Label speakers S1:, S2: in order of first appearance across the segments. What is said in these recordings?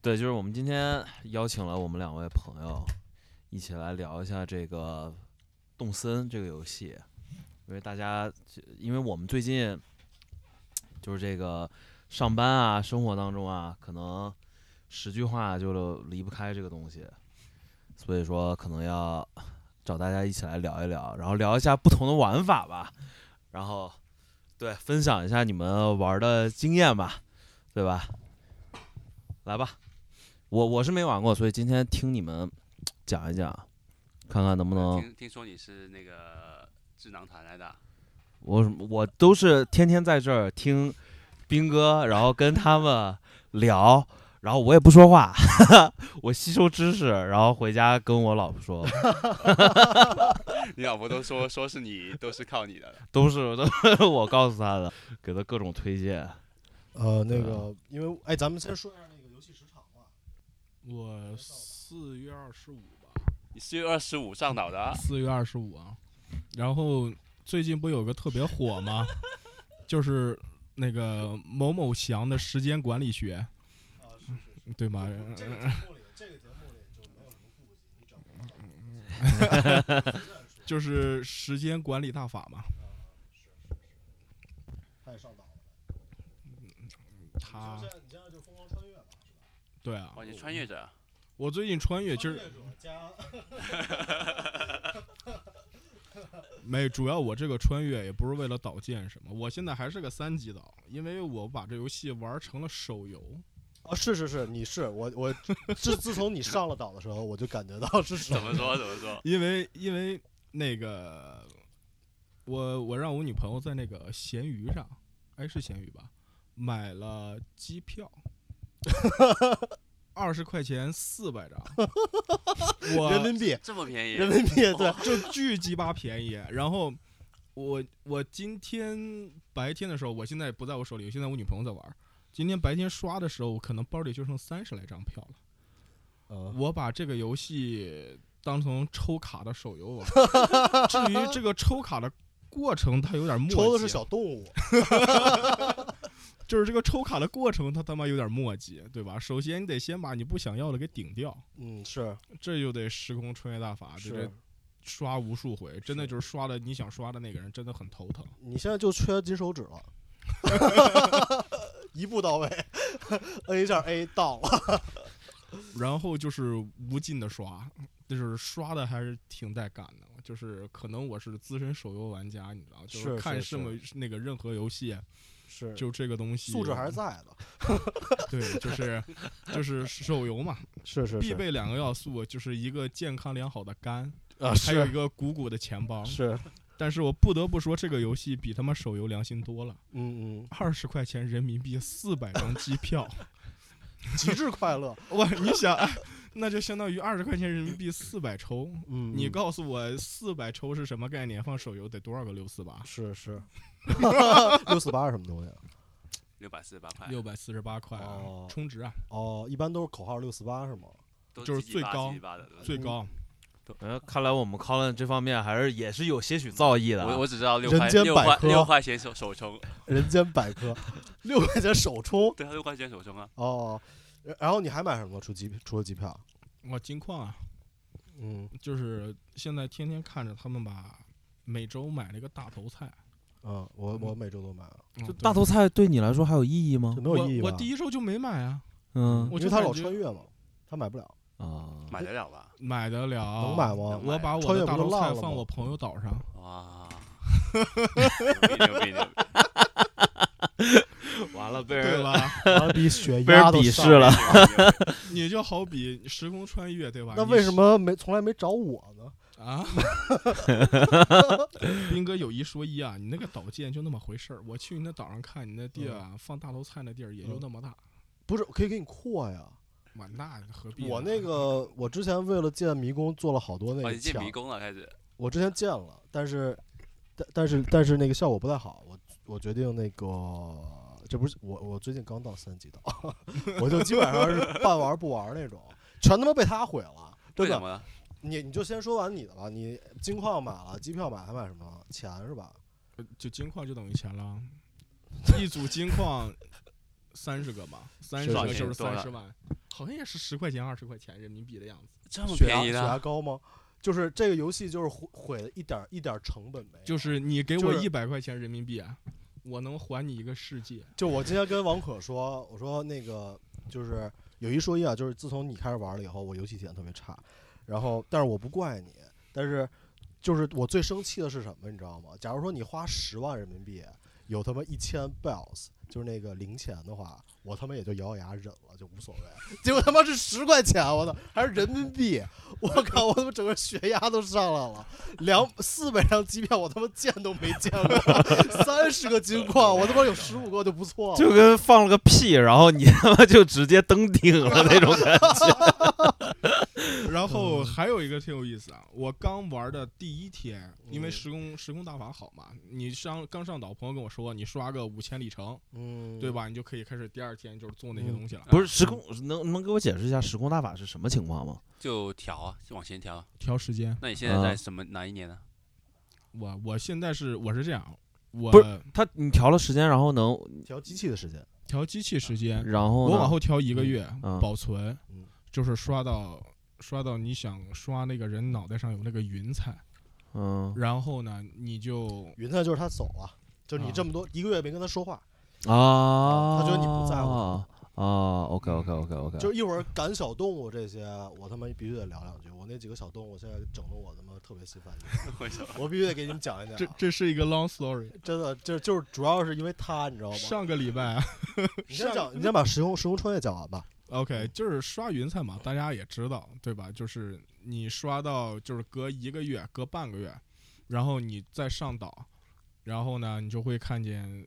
S1: 对，就是我们今天邀请了我们两位朋友，一起来聊一下这个动森这个游戏，因为大家，因为我们最近就是这个上班啊，生活当中啊，可能十句话就离不开这个东西，所以说可能要找大家一起来聊一聊，然后聊一下不同的玩法吧，然后对分享一下你们玩的经验吧，对吧？来吧，我我是没玩过，所以今天听你们讲一讲，看看能不能
S2: 听听说你是那个智囊团来的，
S1: 我什么我都是天天在这儿听兵哥，然后跟他们聊，然后我也不说话， 我吸收知识，然后回家跟我老婆说，
S2: 你老婆都说说是你，都是靠你的了。
S1: 都是都是我告诉她的，给她各种推荐。
S3: 呃，那
S4: 啊
S1: 对
S3: 个，因为哎，咱们先说一下那个游戏时长吧。
S4: 我四月二十五吧，
S2: 你四月二十五上岛 的，
S4: 四月二十五啊。然后最近不有个特别火吗？就是那个某某翔的时间管理学，
S3: 啊，是是是。
S4: 对吗？
S3: 这个节目里，这个节目里就没有什么顾忌，你找不到。
S4: 就是时间管理大法嘛。
S3: 太上岛了。你
S4: 他
S3: 说现在你现在就疯狂穿越吧，是吧？
S4: 对啊
S2: 哇，，你穿越者，
S4: 我最近穿越其
S3: 穿
S4: 实
S3: 越者加
S4: 没，主要我这个穿越也不是为了岛建什么，我现在还是个三级岛，因为我把这游戏玩成了手游。
S3: 啊，是是是，你是我 我自自从你上了岛的时候，我就感觉到是什
S2: 怎么说怎么说？
S4: 因为因为那个，我我让我女朋友在那个闲鱼上，哎是闲鱼吧，买了机票， 二十块钱四 百张，
S3: 人
S4: 我
S3: 民币，
S2: 这么便宜？
S3: 人民币 对，
S4: 就巨鸡巴便宜。然后我我今天白天的时候，我现在不在我手里，现在我女朋友在玩儿。今天白天刷的时候，我可能包里就剩三十来张票了。
S3: 嗯，
S4: 我把这个游戏当成抽卡的手游玩。 至于这个抽卡的过程，它有点墨迹。
S3: 抽的是小动物，
S4: 就是这个抽卡的过程，它他妈有点墨迹，对吧？首先你得先把你不想要的给顶掉，
S3: 嗯，是
S4: 这就得时空穿越大法，啊这
S3: 是
S4: 得。刷无数回，真的
S3: 是
S4: 就是刷的你想刷的那个人，真的很头疼。
S3: 你现在就缺金手指了， 一步到位，摁一下 A 到了。
S4: 然后就是无尽的刷，就是刷的还是挺带感的。就是可能我是资深手游玩家，你知道，就是
S3: 是
S4: 看
S3: 是
S4: 什么那个任何游戏，
S3: 是
S4: 就这个东西
S3: 素质还是在的，
S4: 对，就是就是手游嘛，
S3: 是 是
S4: 必备两个要素就是一个健康良好的肝，
S3: 啊，
S4: 还有一个鼓鼓的钱包。
S3: 是，
S4: 但是我不得不说，这个游戏比他妈手游良心多了，
S3: 嗯嗯，
S4: 二十块钱人民币四百张机 票，
S3: 极致快 乐，
S4: 哇，你想，哎那就相当于二十块钱人民币四百抽。
S3: 嗯，
S4: 你
S3: 嗯
S4: 告诉我四百抽是什么概念？放手游得多少个六四八？
S3: 是 是， 六四八是什么东西啊？
S2: 六百四十八块，
S4: 六百四十八块啊
S3: 哎哦，
S4: 充值啊，
S3: 哦，一般都是口号六四八是吗？
S2: 都
S4: 就是
S2: 几几八
S4: 最高
S2: 几八的对吧
S4: 最高。
S1: 嗯，看来我们 Colin 这方面还是也是有些许造诣的啊。
S2: 我我只知道六
S3: 人
S2: 块
S3: 间
S2: 六
S3: 百
S2: 块
S3: 科
S2: 六块钱手手冲，
S3: 人间百科，六块钱首充
S2: 对啊，六块钱手冲啊，
S3: 哦。然然后你还买什么？除机除了机票，
S4: 哇，金矿啊，
S3: 嗯
S4: 就是现在天天看着他们把每周买了一个大头菜，
S3: 嗯，我我每周都买了，
S4: 嗯
S1: 这
S4: 对
S1: 大头菜对你来说还有意义吗
S3: 这？没有
S4: 我
S3: 哦意义吧
S4: 我第一周就没买啊，
S1: 嗯
S3: 因
S4: 我就
S3: 为他老
S4: 感觉
S3: 穿越嘛，他买不了，
S1: 啊，
S2: 买得了吧？
S4: 买得了，
S3: 能买吗？
S4: 我把我
S3: 穿越
S4: 的
S3: 不
S4: 大
S3: 就
S4: 头
S3: 烂
S4: 菜
S3: 了
S4: 放
S3: 吗
S4: 我朋友岛上，
S2: 哇，牛逼牛逼牛逼！
S1: 完 了被
S4: 对
S2: 哦
S4: 吧？
S3: 完了比血
S1: 被人
S3: 压都
S1: 鄙
S3: 上
S1: 视了。
S4: 你就好比时空穿越，对吧？
S3: 那
S4: 你
S3: 为
S4: 是
S3: 什么没从来没找我呢？
S4: 啊？斌哥有一说一啊，你那个岛建就那么回事儿。我去你那岛上看，你那地儿啊，
S3: 嗯
S4: 放大头菜那地儿也就那么大，
S3: 不是，我可以给你扩呀。
S4: 哇，那何必呢？啊
S3: 我那个，我之前为了建迷宫做了好多那
S2: 哦，
S3: 个
S2: 你进
S3: 墙
S2: 迷，宫了，开始
S3: 我之前建了，但是，但但是但是那个效果不太好，我我决定那个，这不是我我最近刚到三级岛， 我就基本上是半玩不玩那种，全他妈被他毁了，
S2: 为
S3: 真
S2: 什
S3: 的。
S2: 么呢？
S3: 你你就先说完你的吧，你金矿买了，机票买还买什么？钱是吧？
S4: 啊就金矿就等于钱了，一组金矿三十个吧，三十
S3: 是
S4: 个
S3: 是
S4: 就是
S2: 多少
S4: 三十万，好像也是十块钱二十块钱人民币的样子。
S2: 这么
S3: 血
S2: 便
S3: 压
S2: 宜
S3: 血
S2: 的
S4: 啊
S3: 压，高吗？就是这个游戏就是毁毁了一点儿一点儿成本没有，
S4: 就是你给
S3: 就
S4: 我
S3: 是
S4: 一百块钱人民币啊，我能还你一个 世界。
S3: 就我今天跟王可说，我说那个就是有一说一啊，就是自从你开始玩了以后，我游戏体验特别差，然后但是我不怪你，但是就是我最生气的是什么，你知道吗？假如说你花十万人民币有他妈一千 bells，就是那个零钱的话，我他妈也就咬咬牙忍了， 就无所谓。结果他妈是十块钱，我操，还是人民币，我靠，我他妈整个血压都上来了，两四百张机票我他妈见都没见过，三十个金矿我他妈有十五个就不错了。
S1: 就跟放了个屁，然后你他妈就直接登顶了那种感觉。
S4: 然
S3: 嗯
S4: 后还有一个挺有意思啊，我刚玩的第一天，因为
S3: 嗯
S4: 时空时空大法好嘛，你上刚上岛，朋友跟我说你刷个五千里程，
S3: 嗯，
S4: 对？吧？你就可以开始第二天就是做那些
S3: 嗯
S4: 东西了。
S1: 不是时空，能能给我解释一下时空大法是什么情况吗？
S2: 就调啊，就往前调啊。
S4: 调时间，
S2: 那你现在在
S3: 嗯
S2: 什么哪一年啊呢？
S4: 我我现在是我是这样，我
S1: 不他你调了时间，然后能，
S3: 调机器的时间，
S4: 调机器时间，
S1: 然后
S4: 我
S1: 呢
S4: 往后调一个月，
S1: 嗯
S4: 保存
S3: 嗯，
S4: 就是刷到刷到你想刷那个人脑袋上有那个云彩，
S1: 嗯
S4: 然后呢，你就
S3: 云彩就是他走了，就是你
S4: 啊
S3: 这么多一个月没跟他说话，
S1: 啊，
S3: 他觉得你不在乎
S1: 啊。OK OK OK OK，
S3: 就是一会儿赶小动物这些，我他妈必须得聊两句。我那几个小动物现在整得我他妈特别心烦意乱，
S2: 为什么？
S3: 我必须得给你们讲一讲
S4: 这
S3: 啊。
S4: 这是一个 long story。
S3: 真的，就就是主要是因为他，你知道吗？
S4: 上个礼拜
S3: 你先讲，你先把时空时空穿越讲完吧。
S4: OK，就是刷云彩嘛，大家也知道，对吧？就是你刷到，就是隔一个月、隔半个月，然后你再上岛，然后呢，你就会看见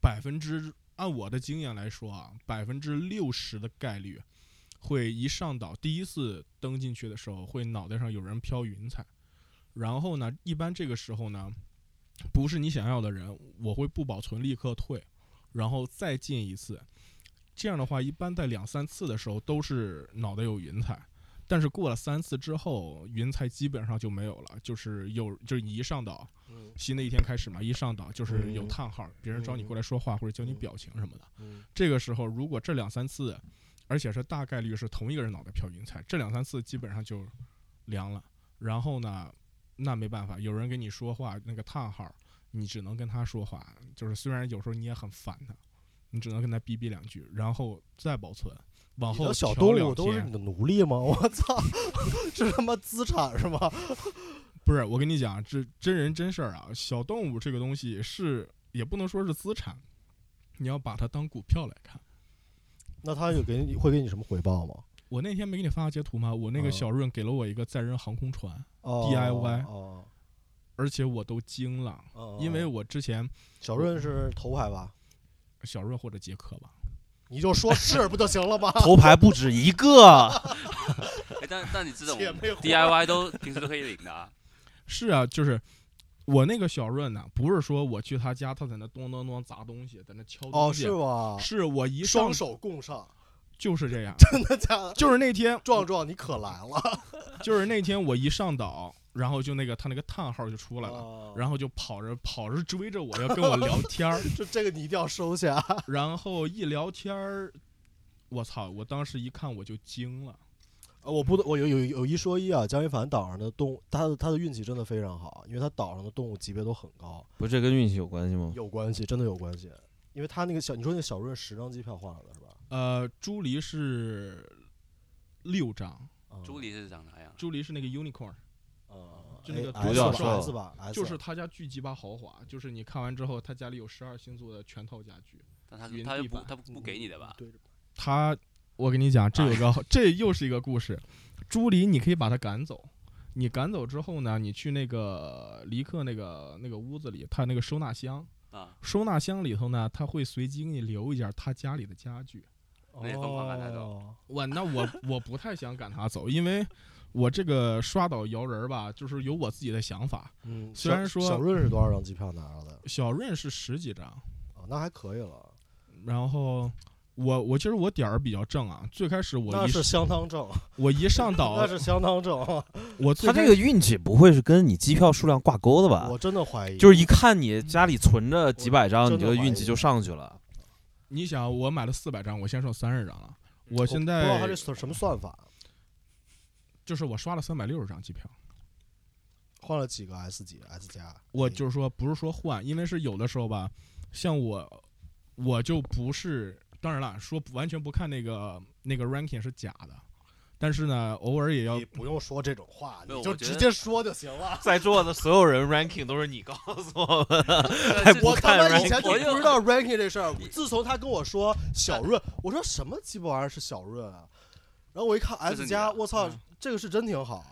S4: 百分之，按我的经验来说啊，百分之六十的概率会一上岛第一次登进去的时候，会脑袋上有人飘云彩，然后呢，一般这个时候呢，不是你想要的人，我会不保存立刻退，然后再进一次。这样的话，一般在两三次的时候都是脑袋有云彩，但是过了三次之后，云彩基本上就没有了。就是有，就是你一上岛，
S3: 嗯
S4: 新的一天开始嘛，一上岛就是有
S3: 嗯
S4: 叹号，别人找你
S3: 嗯
S4: 过来说话或者教你
S3: 嗯
S4: 表情什么的。
S3: 嗯
S4: 这个时候，如果这两三次，而且是大概率是同一个人脑袋飘云彩，这两三次基本上就凉了。然后呢，那没办法，有人跟你说话，那个叹号，你只能跟他说话，就是虽然有时候你也很烦他，你只能跟他逼逼两句，然后再保存，往
S3: 你
S4: 后
S3: 的小
S4: 调
S3: 动
S4: 两
S3: 物都是
S4: 天
S3: 你的奴隶吗？我操， 这他妈资产是吗？
S4: 不是，我跟你讲，这真人真事儿啊，小动物这个东西是也不能说是资产，你要把它当股票来看。
S3: 那他有给你会给你什么回报吗？
S4: 我那天没给你发截图吗？我那个
S3: 哦
S4: 小润给了我一个载人航空船，
S3: 哦
S4: DIY
S3: 哦
S4: 而且我都惊了，
S3: 哦，
S4: 因为
S3: 哦
S4: 我之前
S3: 小润是头牌吧，
S4: 小润或者杰克吧，
S3: 你就说是不就行了吗？
S1: 头牌不止一 个，
S2: 哎，但但你这种
S3: 姐妹花
S2: DIY 都平时都可以领的 啊，
S4: 是啊，就是我那个小润呢，不是说我去他家，他在那咚咚咚砸东西，在那敲
S3: 哦，
S4: 东西，
S3: 是吗？
S4: 是我一上
S3: 双手共上，
S4: 就是这样，
S3: 真的假的？
S4: 就是那天
S3: 壮壮，你可来了，
S4: 就是那天我一上岛，然后就那个他那个叹号就出来了。
S3: 哦
S4: 然后就跑着跑着追着我要跟我聊 天儿，
S3: 就这个你一定要收下。
S4: 然后一聊天儿，我操！我当时一看我就惊了，
S3: 呃我不得，我有有有一说一啊，江一凡岛上的动物，他的他的运气真的非常好，因为他岛上的动物级别都很高，
S1: 不是这跟运气有关系吗？
S3: 有关系，真的有关系。因为他那个小，你说那小润十张机票换了的是吧？
S4: 呃，朱离是六张，
S3: 嗯
S2: 朱，莉是长啥样？
S4: 朱离是那个 unicorn，
S3: 嗯
S4: 就那个
S3: 哎
S1: 独角
S3: S
S1: 兽
S3: 吧，S 吧，S
S4: 就是他家巨鸡巴豪华，就是你看完之后，他家里有十二星座的全套家具。
S2: 但他
S4: 云
S2: 他又
S4: 地
S2: 不
S4: 板
S2: 他不不给你的吧？
S3: 嗯对着
S4: 他，我跟你讲，这有个这又是一个故事。朱离，你可以把他赶走。你赶走之后呢，你去那个离克那个那个屋子里，他那个收纳箱，
S2: 啊，
S4: 收纳箱里头呢，他会随机给你留一件他家里的家具。
S2: 那也疯狂啊把他走
S3: 哦
S4: 我那我我不太想赶他走，因为我这个刷岛摇人儿吧，就是有我自己的想法。
S3: 嗯，
S4: 虽
S3: 小
S4: 然说
S3: 小润是多少张机票拿着的？
S4: 小润是十几张，
S3: 哦，那还可以了，
S4: 然后我我其实我点儿比较正啊，最开始我
S3: 那
S4: 一
S3: 是相当正，
S4: 我一上岛
S3: 那，是相当正。
S4: 我最
S1: 他
S4: 开
S1: 这个运气不会是跟你机票数量挂钩的吧？
S3: 我真的怀疑，
S1: 就是一看你家里存着几百张，
S3: 真
S1: 你
S3: 的
S1: 这个
S3: 怀疑
S1: 运气就上去了。
S4: 你想，我买了四百张，我先剩三十张了，我现
S3: 不知道
S4: 在
S3: 他这什么算法，
S4: 就是我刷了三百六十张机票。
S3: 换了几个 S 几 S 加，
S4: 我就是说，不是说换，因为是有的时候吧，像我，我就不是，当然了，说不完全不看那个那个 ranking 是假的，但是呢，偶尔也要
S3: 你不用说这种话，
S1: 没有
S3: 你就
S1: 我觉得
S3: 直接说就行了。
S1: 在座的所有人 ranking 都是你告诉我们，
S2: 这
S1: 不
S3: 我他妈
S1: 看
S3: 以前
S1: ranking
S3: 就不知道 ranking 这事儿，自从他跟我说小润，我说什么鸡巴玩意儿是小润啊？然后我一看
S2: 这是
S3: S
S2: 你
S3: 加，
S2: 的
S3: 我操
S4: 嗯，
S3: 这个是真挺好。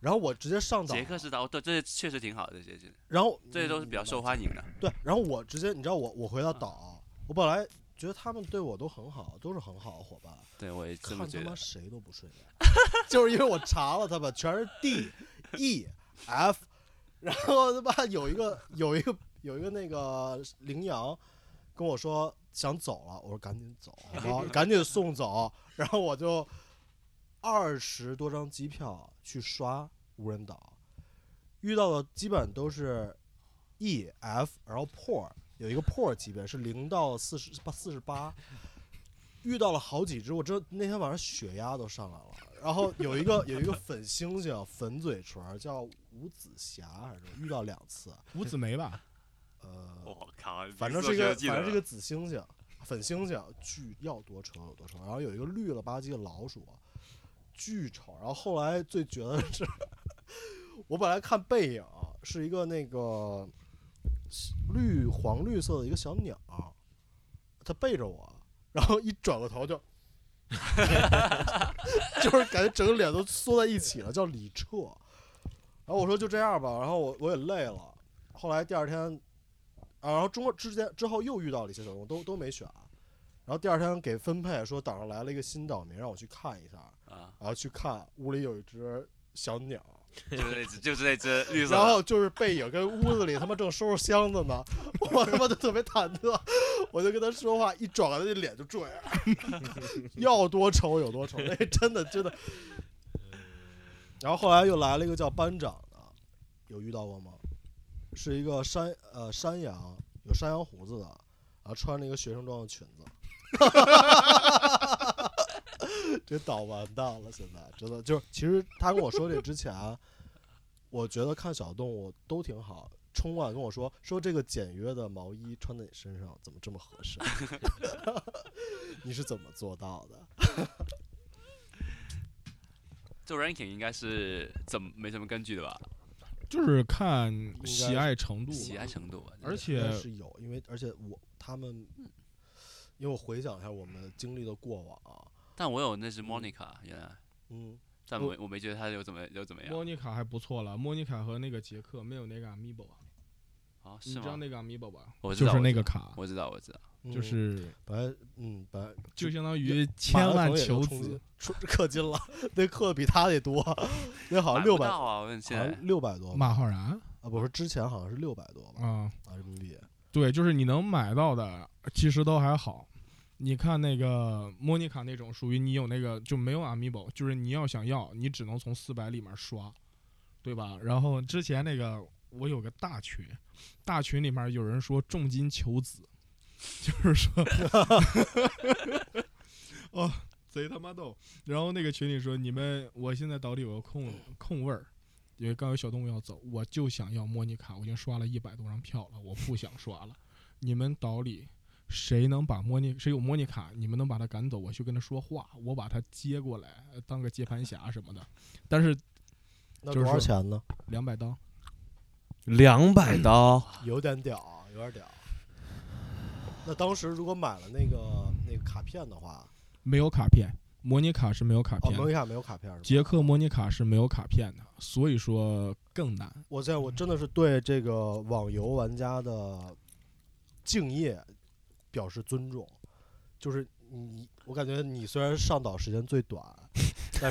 S3: 然后我直接上岛
S2: 杰，克是刀，对，这确实挺好的，这这
S3: 然后
S2: 这都是比较受欢迎的。
S3: 对，然后我直接，你知道我我回到岛，我本来觉得他们对我都很好，都是很好的伙伴，
S2: 对，我也这么
S3: 看他
S2: 觉
S3: 妈
S2: 得。
S3: 谁都不顺眼， 就是因为我查了他们全是 D E F，然后他妈有一个有一个有一个那个羚羊跟我说想走了，我说赶紧走，好 吧，赶紧送走，然后我就二十多张机票去刷无人岛，遇到的基本都是 E F，然后 Poor 有一个 Poor 级别是零到四十八四十八。遇到了好几只，我真那天晚上血压都上来了。然后有一个有一个粉猩猩，粉嘴唇儿叫吴子霞还是什么，遇到两次，
S4: 五子梅吧，
S3: 呃，
S2: 我靠，
S3: 反正是一个反正是一个紫猩猩，粉猩猩巨要多丑有多丑。然后有一个绿了吧唧的老鼠，巨丑。然后后来最绝的是， 我本来看背影是一个那个绿黄绿色的一个小鸟，它背着我，然后一转过头就，就是感觉整个脸都缩在一起了，叫李彻。然后我说就这样吧，然后我我也累了。后来第二天，啊，然后中之间之后又遇到了一些小动物，都都没选。啊然后第二天给分配说岛上来了一个新岛民，让我去看一下。
S2: 啊，
S3: 然后去看屋里有一只小鸟，
S2: 就是那只就是那只绿色
S3: 然
S2: 的，
S3: 后就是背影跟屋子里他妈正收拾箱子呢， 我他妈就特别忐忑，我就跟他说话，一转过来他脸就这样， 要多丑有多丑，那真的真的。然后后来又来了一个叫班长的，有遇到过吗？是一个山呃山羊，有山羊胡子的，然后穿着一个学生装的裙子， 这岛完蛋了，现在真的就是，其实他跟我说这之前，我觉得看小动物都挺好。冲过来跟我说说这个简约的毛衣穿在你身上怎么这么合适？ 你是怎么做到的？
S2: 这 ranking 应该是怎么没什么根据的吧？
S4: 就是看
S3: 该
S4: 喜爱程度吧，
S2: 喜爱程度吧，啊
S4: 而
S3: 应该
S4: 且
S3: 是有，因为而且我他们，因为我回想一下我们经历的过往啊，
S2: 但我有那只 Monica 原来，
S3: 嗯，
S2: 但
S3: 我
S2: 没我没觉得它有怎么有怎么样
S4: 莫妮卡还不错了，莫妮卡和那个杰克没有那个 Amiibo，啊
S2: 啊？
S4: 你
S2: 是
S4: 知道
S2: 吗？
S4: 那个 Amiibo 吧？
S2: 我知
S4: 就
S2: 道
S4: 是
S2: 我
S4: 那
S2: 知
S4: 个
S2: 道
S4: 卡，
S2: 我知道我知道，
S4: 就
S3: 嗯
S4: 是
S3: 本来嗯本来
S4: 就相当于
S3: 马
S4: 千
S3: 拉松
S4: 万
S3: 也就
S4: 求
S3: 冲
S4: 子
S3: 进，冲氪金了，那氪的比他得多，那好
S2: 买
S3: 像
S2: 不
S3: 六百，
S2: 到
S3: 好
S2: 啊！我问现在
S3: 像六百
S2: 哦
S3: 多吧，
S4: 马浩然
S3: 啊不是之前好像是六百多吧，
S4: 啊。
S3: 啊人民币，
S4: 对，就是你能买到的，其实都还好。你看那个莫妮卡那种，属于你有那个就没有 Amiibo，就是你要想要，你只能从四百里面刷，对吧？然后之前那个我有个大群，大群里面有人说重金求子， 就是说，哦，贼他妈逗。然后那个群里说，你们我现在岛里有个空空位儿，因为刚有小动物要走，我就想要莫妮卡，我已经刷了一百多张票了，我不想刷了。你们岛里谁能把莫妮谁有莫妮卡，你们能把他赶走，我去跟他说话，我把他接过来呃当个接盘侠什么的。但是
S3: 那
S4: 就
S3: 多
S4: 是
S3: 少
S4: 说
S3: 钱呢？
S4: 两百刀，
S1: 两百刀，
S3: 有点屌啊，有点屌。那当时如果买了那个那个卡片的话，
S4: 没有卡片，莫妮卡是没有卡
S3: 哦，
S4: 片
S3: 蒙
S4: 的，
S3: 妮卡没有卡片是吧？
S4: 杰克莫妮卡是没有卡片的，所以说更难。
S3: 我现在我真的是对这个网游玩家的敬业表示尊重，就是你，我感觉你虽然上岛时间 最短，但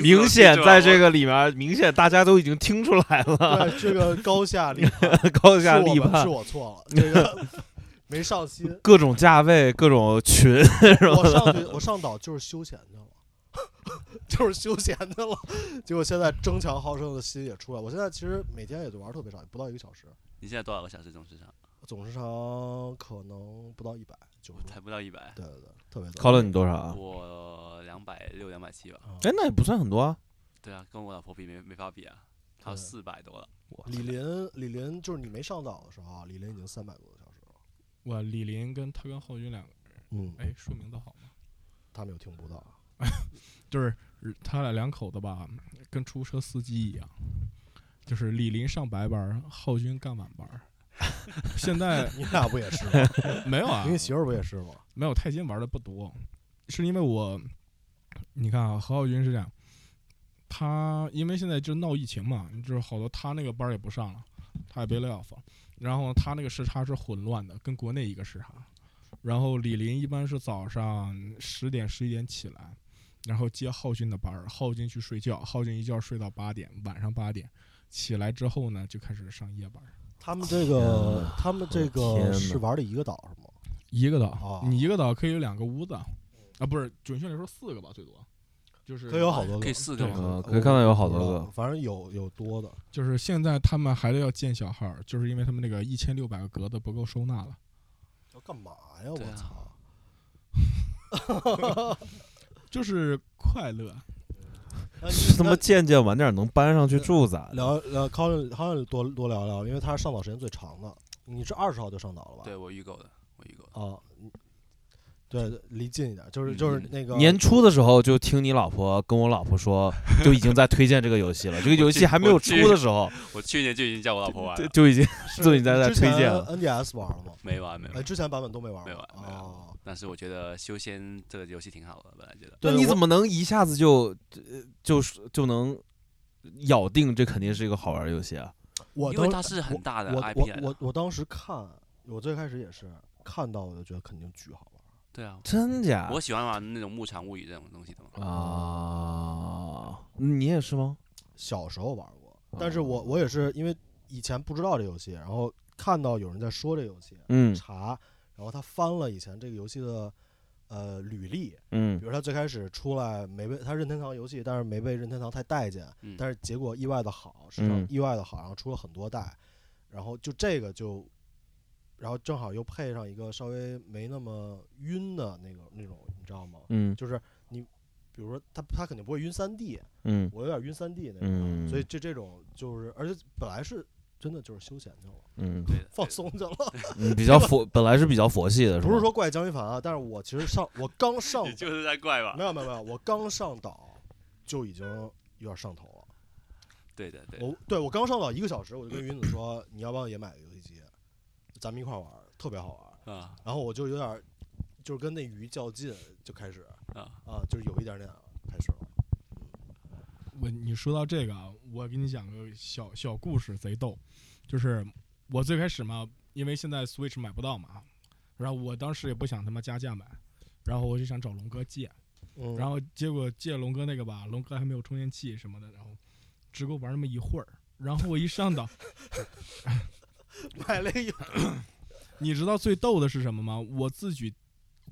S1: 明显在这个里面，明显大家都已经听出来了，
S3: 对这个高下立判，
S1: 高
S3: 是
S1: 下
S3: 我
S1: 立
S3: 们
S1: 判
S3: 是，我错了，这个 没上心。
S1: 各种价位，各种群，
S3: 我上去，我上岛就是休闲去了， 就是休闲去了。结果现在争强好胜的心也出来。我现在其实每天也就玩特别少，不到一个小时，
S2: 你现在多少个小时总时长？
S3: 总时长可能不到一百，九
S2: 我
S3: 十多
S2: 才，不到一百，
S3: 对对对，特别多。
S1: 高乐你多少啊？
S2: 我两百六、两百七吧。
S3: 啊
S1: 哎，那也不算很多啊。
S2: 对啊，跟我老婆比没没法比啊，她
S3: 对
S2: 四百多了。
S3: 李林，李林就是你没上岛的时候啊，李林已经三百多个小时了。
S4: 我李林跟他跟浩军两个，
S3: 嗯，
S4: 哎，说名字好吗？
S3: 他们有听不到。
S4: 就是他俩两口子吧，跟出租车司机一样，就是李林上白班儿，浩军干晚班儿。现在
S3: 你俩不也是 吗？
S4: 没有啊
S3: 你，媳妇儿不也是吗？
S4: 没有太金玩的不多，是因为我，你看啊，何浩军是这样，他因为现在就闹疫情嘛，就是好多他那个班儿也不上了，他也被 lay off，了然后他那个时差是混乱的，跟国内一个时差。然后李林一般是早上十点十一点起来，然后接浩军的班儿，浩军去睡觉，浩军一觉睡到八点，晚上八点起来之后呢，就开始上夜班儿。
S3: 他们这
S1: 天
S3: 个
S1: 呐，
S3: 他们这
S1: 我天
S3: 个
S1: 呐
S3: 是玩的一个岛是吗？
S4: 一个岛，
S3: 哦
S4: 你一个岛可以有两个屋子，啊，不是，准确来说四个吧，最多，就是
S3: 可以有好多
S2: 可
S3: 个
S2: 以，四个
S4: 对
S2: 吗？
S1: 呃，可以看到有好多
S3: 我不知
S1: 个
S3: 道，反正有有多的。
S4: 就是现在他们还得要建小号，就是因为他们那个一千六百个格子不够收纳了。
S3: 要干嘛呀？我
S2: 对啊
S3: 操！
S4: 就是快乐，
S3: 那
S1: 是他
S3: 那
S1: 妈渐渐晚点能搬上去住咋的？
S3: 聊聊康乐康乐多多聊聊，因为他是上岛时间最长的。你是二十号就上岛了吧？
S2: 对我预购的，我预购的。
S3: 啊，你对，离近一点，就是
S2: 嗯
S3: 就是
S2: 嗯
S3: 那个
S1: 年初的时候就听你老婆跟我老婆说，就已经在推荐这个游戏了。这个游戏还没有出的时候，
S2: 我去年就已经叫我老婆
S3: 哎
S2: 玩
S1: 就
S2: 了，
S1: 就已经
S3: 是
S1: 就已经在在
S3: 之
S1: 推
S3: 前
S1: 荐啊了。
S3: NDS 玩了吗？
S2: 没玩没
S3: 哎，
S2: 玩。
S3: 之前版本都没玩
S2: 没
S3: 过
S2: 玩没玩
S3: 哦。
S2: 但是我觉得修仙这个游戏挺好的，本来觉得。
S1: 那
S3: 对，
S1: 你
S3: 我
S1: 怎么能一下子就呃就是就能咬定这肯定是一个好玩儿游戏啊？
S3: 我
S2: 因为
S3: 当
S2: 它是很大的
S3: 我
S2: IP
S3: 我
S2: 来的
S3: 我我当时看，我最开始也是看到我就觉得肯定巨好玩。
S2: 对啊，
S1: 真假？
S2: 我喜欢玩那种牧场物语这种东西的嘛。
S1: 啊，你也是吗？
S3: 小时候玩过，但
S2: 哦
S3: 是我我也是因为以前不知道这游戏，然后看到有人在说这游戏，
S1: 嗯
S3: 查，然后他翻了以前这个游戏的呃履历，
S1: 嗯
S3: 比如他最开始出来没被他任天堂游戏，但是没被任天堂太待见，
S2: 嗯
S3: 但是结果意外的好，市场
S1: 嗯
S3: 意外的好，然后出了很多代，然后就这个就，然后正好又配上一个稍微没那么晕的那个那种，你知道吗？
S1: 嗯
S3: 就是你，比如说他他肯定不会晕三 D，
S1: 嗯
S3: 我有点晕三 D 那种，啊
S1: 嗯，
S3: 所以这这种就是，而且本来是真的就是休闲去了，
S1: 嗯
S2: 对的，
S3: 放
S2: 对的
S3: 松去了，
S1: 嗯比较佛，本来是比较佛系的，
S3: 不
S1: 是
S3: 是
S1: 吗
S3: 说怪江一凡啊，但是我其实上我刚上
S2: 你就是在怪吧
S3: 没？有没有没有，我刚上岛就已经有点上头了。
S2: 对的对的。
S3: 我对我刚上岛一个小时，我就跟云子说，你要不要也买个游戏机，咱们一块儿玩儿，特别好玩儿。
S2: 啊
S3: 然后我就有点儿就是跟那鱼较劲，就开始
S2: 啊，
S3: 啊，就是有一点点开始了。
S4: 我你说到这个啊，我给你讲个小小故事，贼逗。就是我最开始嘛，因为现在 Switch 买不到嘛，然后我当时也不想他妈加价买，然后我就想找龙哥借，
S3: 嗯
S4: 然后结果借龙哥那个吧，龙哥还没有充电器什么的，然后只够玩那么一会儿。然后我一上岛，
S3: 买了一
S4: 你知道最逗的是什么吗？我自己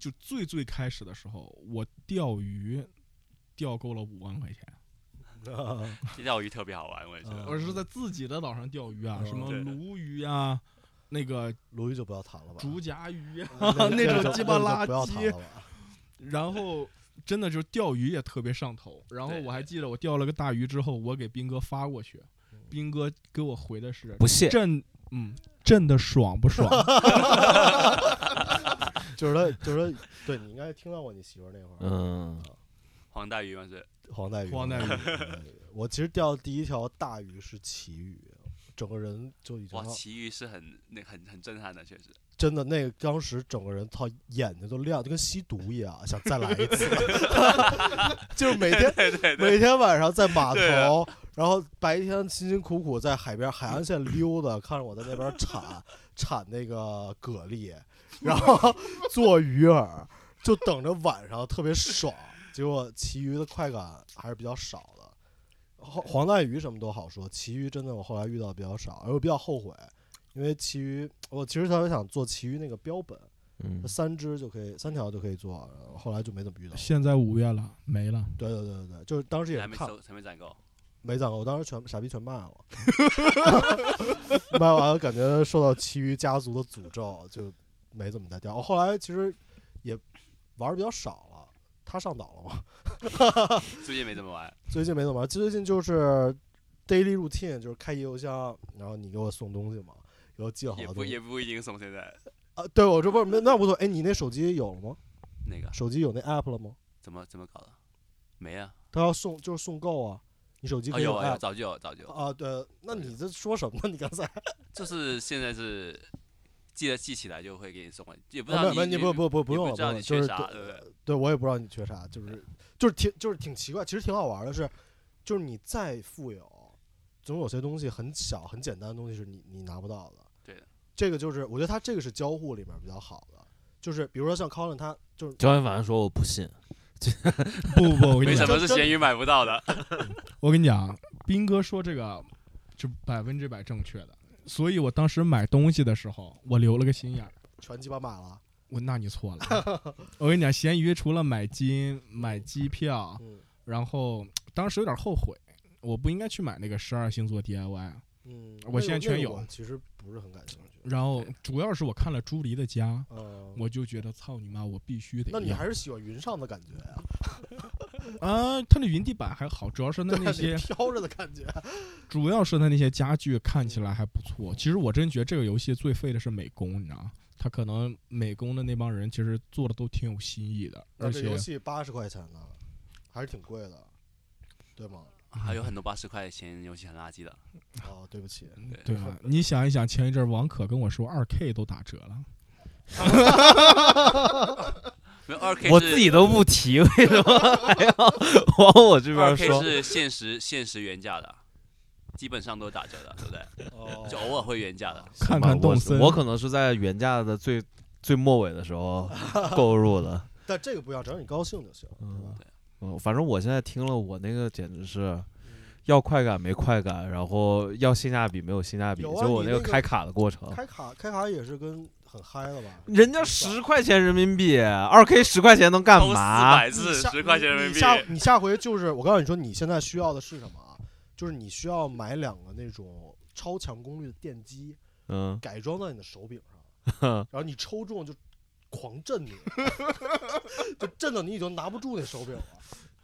S4: 就最最开始的时候，我钓鱼钓够了五万块钱，
S3: 啊
S2: 钓鱼特别好玩，我也觉
S3: 嗯
S2: 得。
S4: 我是在自己的岛上钓鱼啊，
S3: 嗯
S4: 什么
S2: 对的
S4: 鲈鱼啊，那个
S3: 鲈鱼就不要谈了吧，
S4: 竹 夹 鱼啊，
S3: 那
S4: 那
S3: 就
S4: 种鸡巴
S3: 那就
S4: 垃
S3: 不要
S4: 圾
S3: 谈了吧。
S4: 然后真的就是钓鱼也特别上头。然后
S2: 对
S4: 我还记得我钓了个大鱼之后，我给斌哥发过去，
S3: 嗯
S4: 斌哥给我回的是
S1: 不屑，
S4: 震，嗯，震的爽不 爽？
S3: 就是他，就是他，对你应该听到过你媳妇儿那会儿，
S1: 嗯
S2: 黄带鱼嘛是，
S3: 黄带鱼，
S4: 黄带鱼
S3: 鱼。我其实钓第一条大鱼是旗鱼，整个人就已经
S2: 哇，奇遇是很那很很震撼的，确实。
S3: 真的那个当时整个人操眼睛都亮，就跟吸毒一样， 想再来一次，就是每天
S2: 对对对，
S3: 每天晚上在码
S2: 对啊
S3: 头，然后白天辛辛苦苦在海边海岸线溜达， 看着我在那边铲铲那个蛤蜊，然后做鱼饵，就等着晚上特别爽。结果其余的快感还是比较少的。黄黄带鱼什么都好说，其余真的我后来遇到比较少，而我比较后悔，因为其余我其实特别想做其余那个标本，
S1: 嗯
S3: 它，三只就可以三条就可以做，然后后来就没怎么遇到。
S4: 现在五月了，没了。
S3: 对对对对对，就是当时也
S2: 还
S3: 是
S2: 没
S3: 看
S2: 收，还没攒够。
S3: 没攒够，我当时全傻逼全卖了，卖完了感觉受到其余家族的诅咒，就没怎么再钓。我后来其实也玩儿比较少了。他上岛了吗？
S2: 最近没怎么玩，
S3: 最近没怎么玩，最近就是 daily routine，就是开一邮箱，然后你给我送东西嘛，给我哦寄好
S2: 也
S3: 的
S2: 不
S3: 东西。
S2: 也不一定送。现在
S3: 啊，对，我这不是那那无所谓。哎，你那手机有了吗？
S2: 那个
S3: 手机有那 app 了吗？
S2: 怎么怎么搞的？没啊，
S3: 他要送就是送购啊，你手机
S2: 哦
S3: 可以
S2: 有啊有
S3: app
S2: 早就有早就有，
S3: 啊对，那你这说什么 呢？你刚才
S2: 就是现在是记得记起来就会给你送过来，也不知
S3: 啊
S2: 道
S3: 没没
S2: 你
S3: 不不不
S2: 也
S3: 用了，
S2: 知
S3: 不
S2: 道
S3: 用
S2: 你
S3: 了，就
S2: 缺
S3: 是
S2: 啥，
S3: 对
S2: 对不对？
S3: 对我也不知道你缺啥，就是就是挺就是挺奇怪，其实挺好玩的是，就是你再富有，总有些东西很小很简单的东西是你你拿不到的。
S2: 对的，
S3: 这个就是我觉得它这个是交互里面比较好的，就是比如说像 Colin 他就是
S1: 焦元凡说我不信，
S4: 不不不，我跟
S2: 为
S4: 你
S2: 什
S4: 讲，
S2: 么是
S3: 这
S2: 咸鱼买不到的？
S4: 我跟你讲，斌哥说这个是百分之百正确的，所以我当时买东西的时候，我留了个心眼儿。
S3: 全鸡巴买
S2: 啊
S3: 了，
S4: 我那你错了， 我跟你讲，咸鱼除了买金、买机票，
S3: 嗯
S4: 然后当时有点后悔，我不应该去买那个十二星座 DIY。
S3: 嗯，
S4: 我
S3: 那
S4: 现在
S3: 个
S4: 全
S3: 那个
S4: 有
S3: 我其实不是很感兴趣。
S4: 然后主要是我看了朱离的家，
S3: 嗯，
S4: 我就觉得操你妈，我必须得要。
S3: 那你还是喜欢云上的感觉呀、
S4: 啊？它的云地板还好，主要 是它那些，
S3: 飘着的感觉。
S4: 主要是它那些家具看起来还不错。其实我真觉得这个游戏最废的是美工，你知道吗？他可能美工的那帮人其实做的都挺有新意的，
S3: 那
S4: 而
S3: 这
S4: 且
S3: 游戏八十块钱呢，还是挺贵的，对吗？
S2: 啊还有很多八十块钱游戏很垃圾的，
S3: 哦，对不啊起，
S4: 对吧？你想一想，前一阵儿王可跟我说二 K 都打折了，
S2: 没有二 K
S1: 我自己都不提，为什么还 要往我这
S2: 二
S1: 边
S2: K
S1: 说？
S2: 是限时限时原价的，基本上都打折的，对不对？
S3: 哦
S2: 就偶尔会原价的。
S4: 看
S1: 妈
S4: 看
S1: 啊我
S4: 动森，
S1: 我可能是在原价的最最末尾的时候 购入的。
S3: 但这个不一样，只要你高兴就行，对吧
S1: 嗯？嗯，反正我现在听了，我那个简直是要快感没快感，然后要性价比没有性价比，
S3: 有啊
S1: 就我
S3: 你
S1: 那
S3: 那
S1: 个
S3: 个
S1: 开卡的过程。
S3: 开卡开卡也是跟很嗨的吧？
S1: 人家十块钱人民币，二 K 十块钱能干
S2: 四
S1: 嘛？
S2: 百
S3: 你
S2: 字
S3: 下
S2: 十块钱人民
S3: 你
S2: 币，
S3: 下你下回就是我告诉你说，你现在需要的是什么啊？就是你需要买两个那种超强功率的电击，
S1: 嗯，
S3: 改装到你的手柄 上，然后你抽中就狂震你，就震到你已经拿不住那手柄了，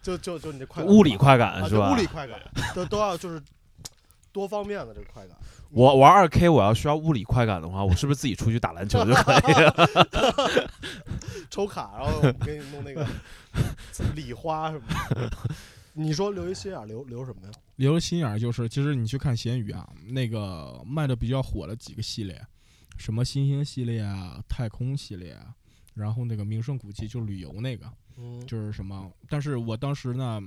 S3: 就就就你这快感
S1: 物理
S3: 快
S1: 快
S3: 啊，
S1: 感是
S3: 就
S1: 吧
S3: 物？理快感都都要就是多方面的这个快感。
S1: 我玩二 K，我要需要物理快感的话，我是不是自己出去打篮球就可以 了？
S3: 抽卡，然后我给你弄那 个礼花什么的。你说留一心眼儿留留什么呀？
S4: 留了心眼儿就是，其实你去看闲鱼啊，那个卖的比较火的几个系列，什么星星系列啊、太空系列啊，然后那个名胜古迹就旅游那个，
S3: 嗯，
S4: 就是什么，但是我当时呢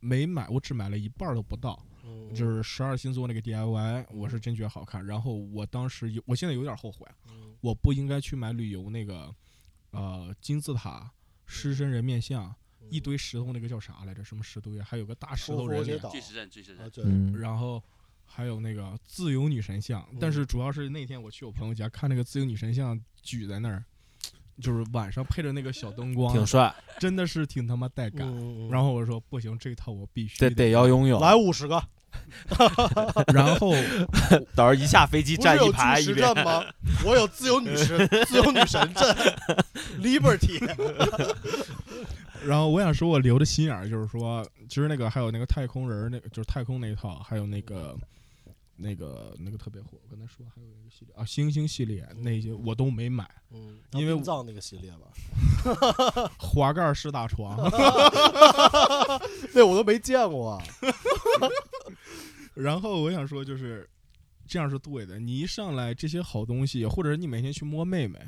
S4: 没买，我只买了一半儿都不到，
S3: 嗯
S4: 就是十二星座那个 DIY，我是真觉得好看。然后我当时有，我现在有点后悔，啊
S3: 嗯
S4: 我不应该去买旅游那个，呃，金字塔、狮身人面像，
S3: 嗯
S4: 一堆石头那个叫啥来着？什么石头呀？还有个大石头人脸。
S3: 岛
S2: 巨石阵巨石
S3: 啊，
S4: 哦
S2: 阵，
S3: 对，
S1: 嗯，
S4: 然后还有那个自由女神像，但是主要是那天我去我朋友家看那个自由女神像举在那儿，就是晚上配着那个小灯光，
S1: 挺帅，
S4: 真的是挺他妈带感。
S3: 嗯
S4: 然后我说不行，这套我必须
S1: 得得要拥有。
S3: 来 五十个，
S4: 然后
S1: 到时候一下飞机
S3: 不
S1: 站
S3: 是
S1: 一
S3: 有
S1: 排
S3: 巨
S1: 一
S3: 石
S1: 边
S3: 阵，吗？我有自由女神，自由女神阵，Liberty，
S4: 然后我想说，我留的心眼儿就是说，其实那个还有那个太空人儿，那个就是太空那一套，还有那个那个那个特别火，我跟他说还有一个系列啊，星星系列那些我都没买，
S3: 嗯，
S4: 因为我
S3: 殡葬那个系列 吧，
S4: 滑盖儿式大床，
S3: 那我都没见过啊。
S4: 然后我想说，就是这样是对的。你一上来这些好东西，或者是你每天去摸妹妹，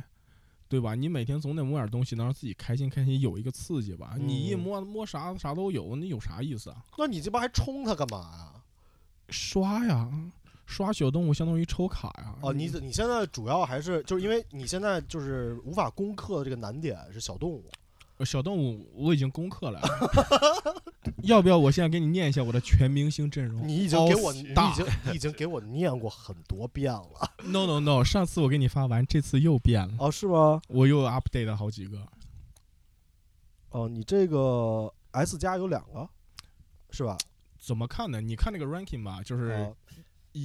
S4: 对吧？你每天总得摸点东西，能让自己开心开心，有一个刺激吧。你一
S3: 嗯
S4: 摸摸啥啥都有，那有啥意思啊？
S3: 那你这帮还冲它干嘛啊呀？
S4: 刷呀，刷小动物相当于抽卡呀。
S3: 哦，你你现在主要还是就是因为你现在就是无法攻克的这个难点是小动物，
S4: 呃小动物我已经攻克了， 要不要我现在给你念一下我的全明星阵容？
S3: 你已经给我，
S4: 奥斯
S3: 你
S4: 大
S3: 已经你已经给我念过很多遍了。
S4: No No No，上次我给你发完，这次又变了，
S3: 哦，是吗？
S4: 我又 update 了好几个。
S3: 哦，你这个 S 加有两个，是吧？
S4: 怎么看呢？你看那个 ranking 吧，就是
S3: 哦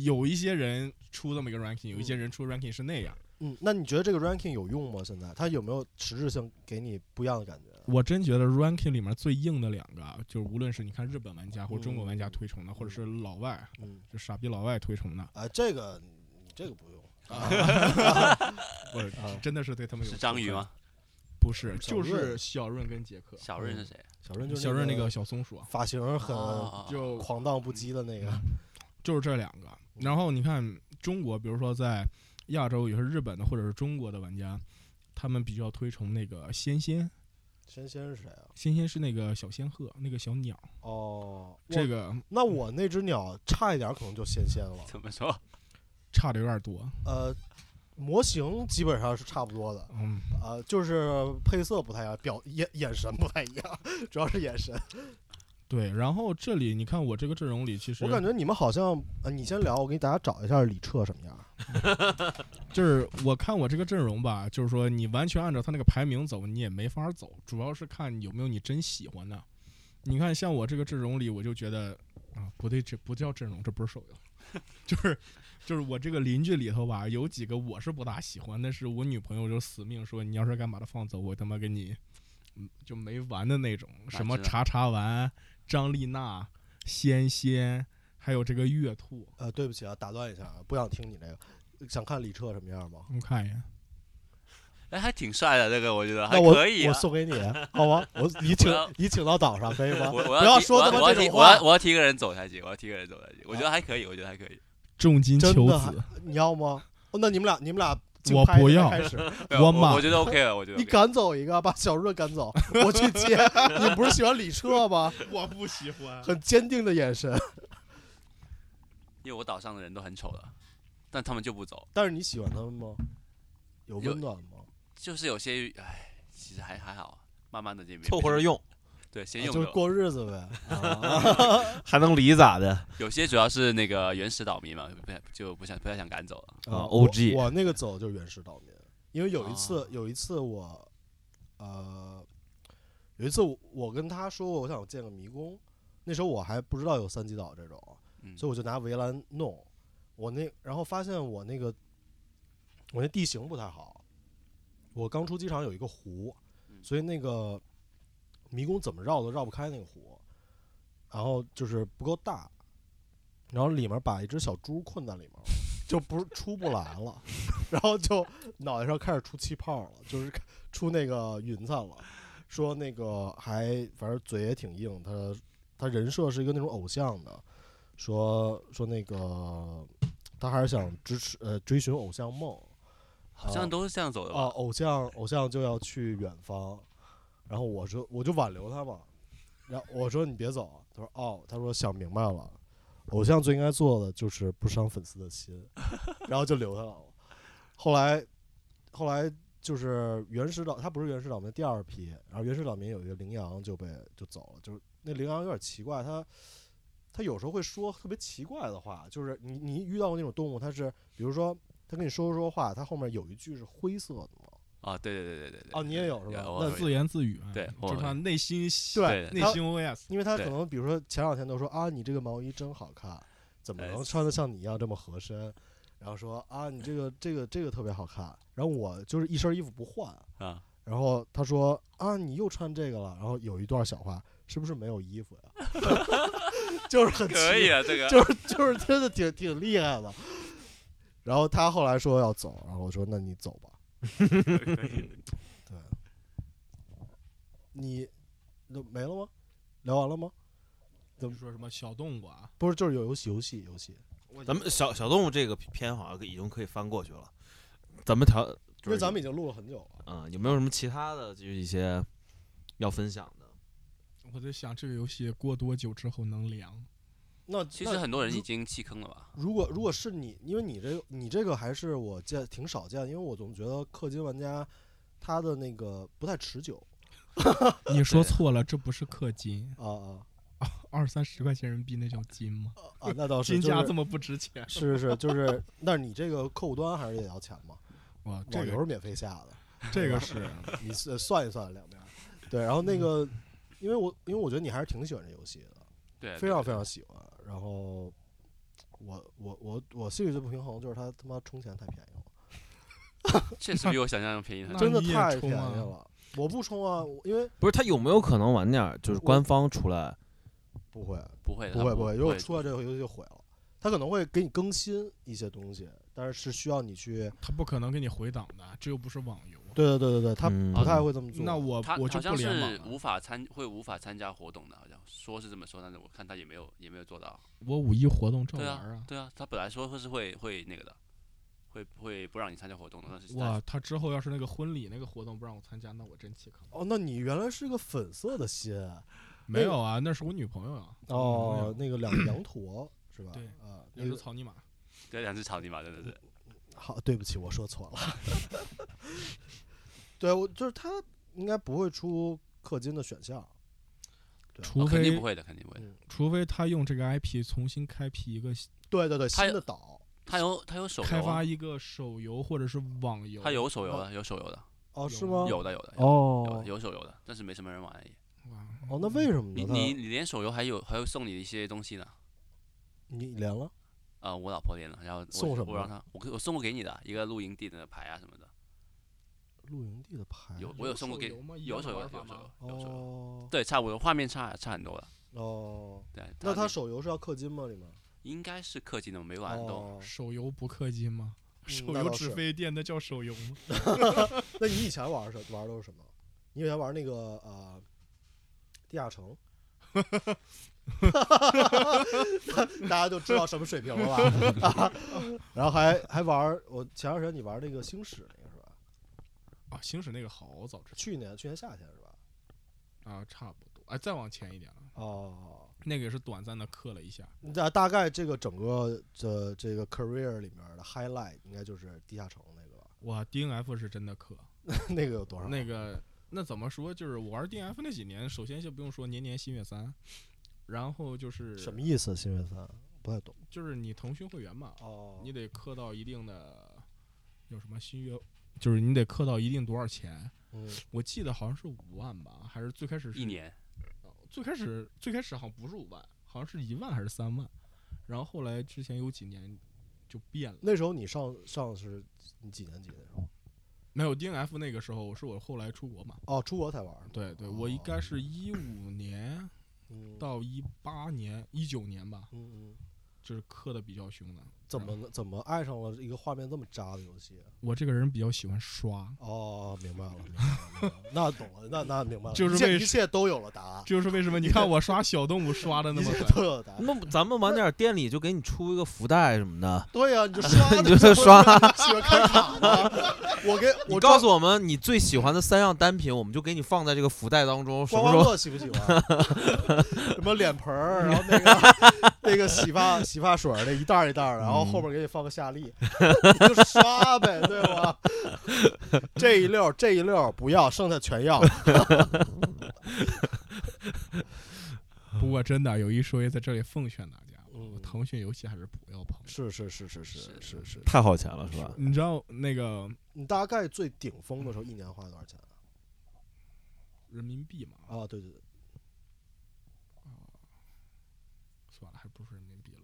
S4: 有一些人出这么一个 ranking，有一
S3: 嗯
S4: 些人出 ranking 是那样，
S3: 嗯，那你觉得这个 ranking 有用吗？现在它有没有实质性给你不一样的感觉？啊
S4: 我真觉得 ranking 里面最硬的两个啊，就是无论是你看日本玩家或中国玩家推崇的，或者是老外
S3: 嗯，
S4: 就傻逼老外推崇的，
S3: 啊，这个你这个不用，
S4: 不是
S3: 啊
S4: 真的是对他们有
S2: 是章鱼
S4: 仇恨？
S2: 吗？
S4: 不是，
S3: 小
S4: 就
S3: 润
S4: 是小润跟杰克，
S2: 小润是谁？啊
S3: 小润就是
S4: 小润那
S3: 个啊
S4: 个小松鼠啊，
S3: 发型很
S2: 哦
S4: 嗯就
S3: 狂荡不羁的那个，
S4: 嗯就是这两个。
S3: 嗯
S4: 然后你看中国，比如说在亚洲，也是日本的或者是中国的玩家，他们比较推崇那个仙仙，
S3: 神仙是谁啊？
S4: 仙仙是那个小仙鹤，那个小鸟。
S3: 哦，我
S4: 这个
S3: 那我那只鸟差一点可能就仙仙了，
S2: 怎么说？
S4: 差的有点多，
S3: 呃。模型基本上是差不多的，
S4: 嗯，
S3: 呃，就是配色不太一样，表眼眼神不太一样，主要是眼神。
S4: 对。然后这里你看我这个阵容里，其实
S3: 我感觉你们好像，呃，你先聊，我给大家找一下李彻什么样。
S4: 就是我看我这个阵容吧，就是说你完全按照他那个排名走，你也没法走，主要是看有没有你真喜欢的。你看，像我这个阵容里，我就觉得啊，不对，这不叫阵容，这不是手游， 就是就是我这个邻居里头吧，有几个我是不大喜欢，但是我女朋友就死命说，你要是敢把它放走，我他妈给你，嗯就没完的那种，什么
S2: 知道
S4: 查查丸、张丽娜、仙仙，还有这个月兔，
S3: 呃，对不起啊，打断一下，啊，不想听你这个，想看李彻什么样吗？
S4: 我看一眼，
S2: 哎，还挺帅的，这个我觉得还
S3: 那我
S2: 可以
S3: 我
S2: 啊。
S3: 送给你，好吗？ 我你请
S2: 我要
S3: 你请到岛上可以吗？
S2: 我
S3: 不
S2: 要
S3: 要
S2: 提
S3: 说
S2: 我
S3: 他妈
S2: 我要
S3: 这
S2: 提
S3: 种
S2: 我要
S3: 话
S2: 我要提个人走下去，我要提个人走下去，我觉得还可以，我觉得还可以。
S4: 重金
S3: 真
S4: 求
S3: 的
S4: 子。
S3: 你要吗？哦那你们俩你们俩竞
S4: 我
S3: 拍
S4: 不
S3: 现在
S4: 要
S3: 开 始，
S2: 没有
S4: 我
S2: 啊我
S4: 妈
S2: 觉得 OK 了，我觉得
S3: 你
S2: OK。
S3: 赶走一个，把小润赶走，我去接。 你不是喜欢李彻吗？
S4: 我不喜欢
S3: 很坚定的眼神，
S2: 因为我岛上的人都很丑的，但他们就不走，
S3: 但是你喜欢他们吗？有
S2: 有
S3: 温暖吗？
S2: 就是有些唉，其实还还好，啊慢慢的这边
S1: 凑合着用，
S2: 对，先
S3: 啊
S2: 用
S3: 就是
S2: 着
S3: 过啊日子呗。
S1: 还能离咋的？
S2: 有些主要是那个原始岛民嘛，不太就不想不太想赶走了。
S1: 啊
S3: 我
S1: OG
S3: 我那个走就是原始岛民，因为有一次、
S2: 啊
S3: 有一次我，呃，有一次我我跟他说过我想建个迷宫，那时候我还不知道有三级岛这种，
S2: 嗯，
S3: 所以我就拿围栏弄，我那然后发现我那个我那地形不太好，我刚出机场有一个湖，
S2: 嗯
S3: 所以那个迷宫怎么绕都绕不开那个湖，然后就是不够大，然后里面把一只小猪困在里面了，就不是出不来了， 然后就脑袋上开始出气泡了，就是出那个云彩了，说那个还反正嘴也挺硬，他他人设是一个那种偶像的，说说那个他还是想支持呃追寻偶像梦，
S2: 好像都是这样走的吧？
S3: 啊，偶像偶像就要去远方，然后我说我就挽留他嘛，然后我说你别走，他说哦，他说想明白了，偶像最应该做的就是不伤粉丝的心，然后就留他了。后来后来就是原始岛，他不是原始岛民第二批，然后原始岛民有一个羚羊就被就走了，就是那羚羊有点奇怪，他。他有时候会说特别奇怪的话，就是你你遇到过那种动物，它是比如说他跟你说说话，他后面有一句是灰色的嘛，
S2: 啊，对对对对对对。
S3: 哦你也有是吧
S2: 有我
S3: 那
S2: 有
S4: 自言自语，啊
S2: 对我
S4: 就是他内心戏
S2: 对
S4: 内
S3: 他
S4: 心 OS，
S3: 因为他可
S2: 对
S3: 能比如说前两天都说啊，你这个毛衣真好看，怎么
S2: 哎
S3: 能穿得像你一样这么合身？然后说啊，你这个这个这个特别好看。然后我就是一身衣服不换，
S2: 啊，
S3: 然后他说啊，你又穿这个了。然后有一段小话，是不是没有衣服呀？ 就是很奇
S2: 可以啊，这个
S3: 就是就是真的挺挺厉害的。然后他后来说要走，然后我说那你走吧。
S2: 可以
S3: 对，你都没了吗？聊完了吗？
S4: 你说什么小动物啊？
S3: 不是，就是有游戏，游戏，游戏。
S1: 咱们小小动物这个片好像已经可以翻过去了，咱们调，
S3: 因为咱们已经录了很久了。
S1: 嗯，有没有什么其他的就是一些要分享的？
S4: 我在想这个游戏过多久之后能凉？
S3: 那
S2: 其实
S3: 那
S2: 很多人已
S3: 如
S2: 经弃坑了吧？
S3: 如果如果是你，因为你这个你这个还是我见挺少见，因为我总觉得氪金玩家他的那个不太持久
S2: 呃
S4: 你说错了，这不是氪金，
S3: 啊啊
S4: 二三十块钱人民币那叫金吗？
S3: 啊！那倒是，
S4: 金
S3: 就
S4: 价这
S3: 是
S4: 么不值钱？
S3: 是是就是，那你这个客户端还是得要钱嘛？
S4: 哇，这
S3: 网游
S4: 个
S3: 是免费下的，
S4: 这个是
S3: 你算算一算两边儿。对，然后那个，因为我因为我觉得你还是挺喜欢这游戏的，
S2: 对，对
S3: 非常
S2: 哎对
S3: 非常喜欢。然后我我我我心里最不平衡就是他他妈充钱太便宜了，
S2: 确实比我想象中便宜很
S4: 那
S2: 多。
S3: 真的
S4: 你也
S3: 太便
S4: 充
S3: 宜
S4: 啊
S3: 了。我不充啊，我因为
S1: 不是他有没有可能晚点儿就是
S3: 我
S1: 官方出来？
S3: 不会，
S2: 不会的，
S3: 不
S2: 它
S3: 会，
S2: 不
S3: 不会。如
S2: 不
S3: 果
S2: 会
S3: 出了这个游戏就毁了，它可能会给你更新一些东西，但是是需要你去。
S4: 他不可能给你回档的，这又不是网游。
S3: 对对对对对，它
S1: 嗯
S3: 不太会这么做。
S4: 那我
S2: 他好
S4: 我就不
S2: 像
S4: 联网
S2: 是
S4: 了。
S2: 无法参会无法参加活动的，好像说是这么说，但是我看他也没有也没有做到。
S4: 我五一活动正
S2: 对
S4: 玩
S2: 啊
S4: 啊。
S2: 对啊，他本来说会是会会那个的，会会不让你参加活动的，但是
S4: 哇，他之后要是那个婚礼那个活动不让我参加，那我真气扛。
S3: 哦，那你原来是个粉色的心
S4: 没有啊，那是我女朋友啊。
S3: 哦，，那个两个羊驼是吧？
S4: 对
S3: 啊，
S4: 那
S3: 那
S4: 是
S3: 个
S4: 草泥马。
S2: 这两只草泥马真的是
S3: 好，对不起，我说错了。对，我就是它应该不会出氪金的选项。
S4: 除
S2: 哦肯定
S4: 非
S2: 不会的，肯定不会的。
S4: 除非他用这个 IP 重新开辟一个
S3: 对对对，
S2: 它
S3: 新的岛
S2: 他有他有手
S4: 开
S2: 游啊
S4: 发，一个手游或者是网游。
S2: 他有手游的，啊有手游的，
S3: 哦，
S4: 有
S3: 是吗？
S2: 有的有的有的有
S3: 哦
S2: 的有手游的，但是没什么人玩而已。
S4: 哇
S3: 哦，那为什么呢？
S2: 你
S3: 它
S2: 你你连手游还有还有送你一些东西呢。
S3: 你连了
S2: 啊、我老婆连了，然后我
S3: 送什么
S2: 我让她，我给我送过给你的一个露营地的牌啊什么的，
S3: 露营地的牌？
S2: 有我有送过给
S4: 手游吗一
S2: 有
S4: 样
S2: 手
S4: 的
S2: 游
S4: 玩
S2: 有
S4: 法
S2: 手
S4: 吗
S2: 游有手游，
S3: 哦
S2: 对，差不多，画面差差很多了。
S3: 哦，
S2: 对，
S3: 那
S2: 它
S3: 它手游是要氪金吗？里面
S2: 应该是氪金的，我没玩动。
S3: 哦
S4: 手游不氪金吗？
S3: 嗯
S4: 手
S3: 那倒
S4: 游纸
S3: 是
S4: 飞店那叫手游吗？
S3: 那你以前玩什玩的都是什么？你以前玩那个呃，地下城， 大家就知道什么水平了吧？ 啊然后还还玩，我前段时间你玩那个星矢那个是吧？
S4: 啊，星矢那个好早之前
S3: 去年去年夏天是吧？
S4: 啊，差不多。哎，再往前一点了，
S3: 哦，
S4: 那个也是短暂的氪了一下。
S3: 大大概这个整个的这个 career 里面的 highlight 应该就是地下城那个吧？
S4: 哇，DNF 是真的氪，
S3: 那个有多少？
S4: 那个那怎么说？就是我玩 DNF 那几年，首先先不用说年年新月三，然后就是
S3: 什么意思？新月三不太懂
S4: 就是你腾讯会员嘛，
S3: 哦
S4: 你得氪到一定的，有什么新月，就是你得氪到一定多少钱？
S3: 嗯
S4: 我记得好像是五万吧，还是最开始是
S2: 一年，
S4: 最开始最开始好像不是五万，好像是一万还是三万，然后后来之前有几年就变了。
S3: 那时候你上上是你几年级那时候？
S4: 没有 DNF 那个时候是我后来出国嘛，
S3: 哦，出国才玩儿。
S4: 对对，我应该是一五年
S3: 嗯
S4: 到一八年、一九年吧，
S3: 嗯嗯，
S4: 就是氪的比较凶的。
S3: 怎么怎么爱上了一个画面这么渣的游戏？啊
S4: 我这个人比较喜欢刷，
S3: 哦，明白了，明白了，明白了那懂了，那那明白了，
S4: 就是
S3: 一切
S4: 为
S3: 一切都有了答案，
S4: 就是为什么你看我刷小动物刷的那
S3: 一
S4: 么
S3: 切
S4: 狠，
S3: 都有了答案。
S1: 那咱们晚点儿店里就给你出一个福袋什么的，，
S3: 对呀、你 就刷
S1: 你就刷
S3: 喜欢开卡吗？我给
S1: 你
S3: 我
S1: 告
S3: 告
S1: 诉我们你最喜欢的三样单品，我们就给你放在这个福袋当中。什
S3: 刮
S1: 么
S3: 刮
S1: 时候？
S3: 乐喜不喜 欢？什么脸盆儿，然后那个那个洗发洗发水儿那一袋儿一袋儿的，然后
S4: 嗯
S3: 后面给你放个夏利，你就刷呗，对吧？ 这一溜儿这一溜儿不要，剩下全要。
S4: 不过真的有一说一，在这里奉劝大家，
S3: 嗯
S4: 腾讯游戏还是不要碰。
S3: 是是是是是
S2: 是
S3: 是是，
S1: 太耗钱了，是吧？
S4: 你知道那个
S3: 你大概最顶峰的时候一年花多少钱啊？
S4: 人民币嘛？
S3: 啊，对对对，
S4: 算了，还不是人民币
S3: 啊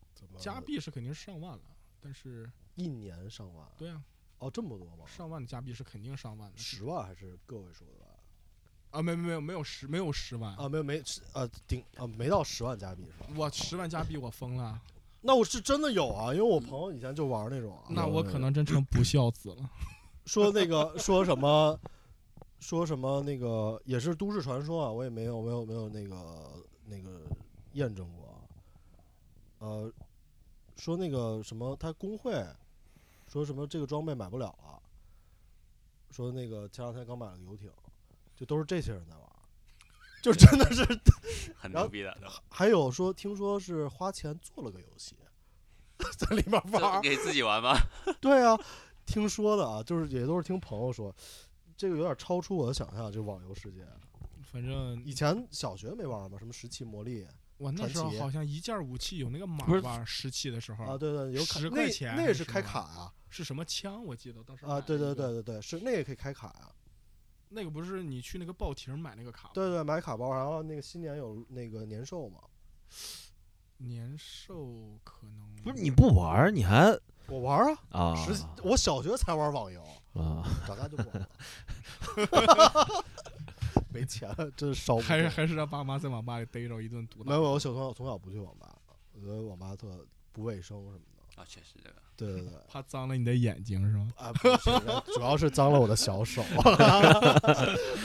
S4: 了，
S3: 怎么
S4: 加币是肯定是上万了。但是，
S3: 一年上万？
S4: 对啊，
S3: 哦，这么多吗？
S4: 上万的加币是肯定上万的
S3: 十万还是个位数的吧？
S4: 啊！没没有没有十没有十万
S3: 啊，没有没是呃顶啊没到十万加币是吧？
S4: 我十万加币我疯
S3: 啊
S4: 了，
S3: 那我是真的有啊，因为我朋友以前就玩那种啊，
S4: 那我可能真成不孝子 了。
S3: 说那个说什么说什么那个也是都市传说啊，我也没有没有没有那个那个验证过啊，呃，说那个什么他工会说什么这个装备买不了了，说那个前两天刚买了个游艇，就都是这些人在玩儿，就真的是
S2: 很
S3: 然后
S2: 牛逼的，
S3: 还有说，听说是花钱做了个游戏，在里面玩
S2: 这
S3: 儿。
S2: 给自己 玩吗？
S3: 对啊，听说的啊，就是也都是听朋友说，这个有点超出我的想象，就网游世界。
S4: 反正
S3: 以前小学没玩儿吗？什么石器魔力
S4: 我那
S3: 传
S4: 时候
S3: 奇
S4: 好像一件武器有那个马
S1: 不是
S4: 吧，石器的时候
S3: 啊？对对，有卡
S4: 10块钱
S3: 那那也是
S4: 是
S3: 开
S4: 吗
S3: 卡啊！
S4: 是什么枪？我记得当时买
S3: 啊，
S4: 了
S3: 对对
S4: 一个
S3: 对，对对，是那也可以开卡啊。
S4: 那个不是你去那个报亭买那个卡吗？
S3: 对对，买卡包，然后那个新年有那个年兽嘛。
S4: 年兽可能
S1: 不是你不玩儿，你还
S3: 我玩儿啊，
S1: 啊
S3: 十几我小学才玩网游，
S1: 啊，
S3: 长大就不玩了。 没钱，真是烧不
S4: 还是
S3: 动。
S4: 还是让爸妈在网吧里逮着一顿毒打。
S3: 没有，我小从小从小不去网吧，我觉得网吧特不卫生什么的。
S2: 啊，确实这个
S3: 对对对。
S4: 怕脏了你的眼睛是吗？
S3: 啊，不是，主要是脏了我的小手。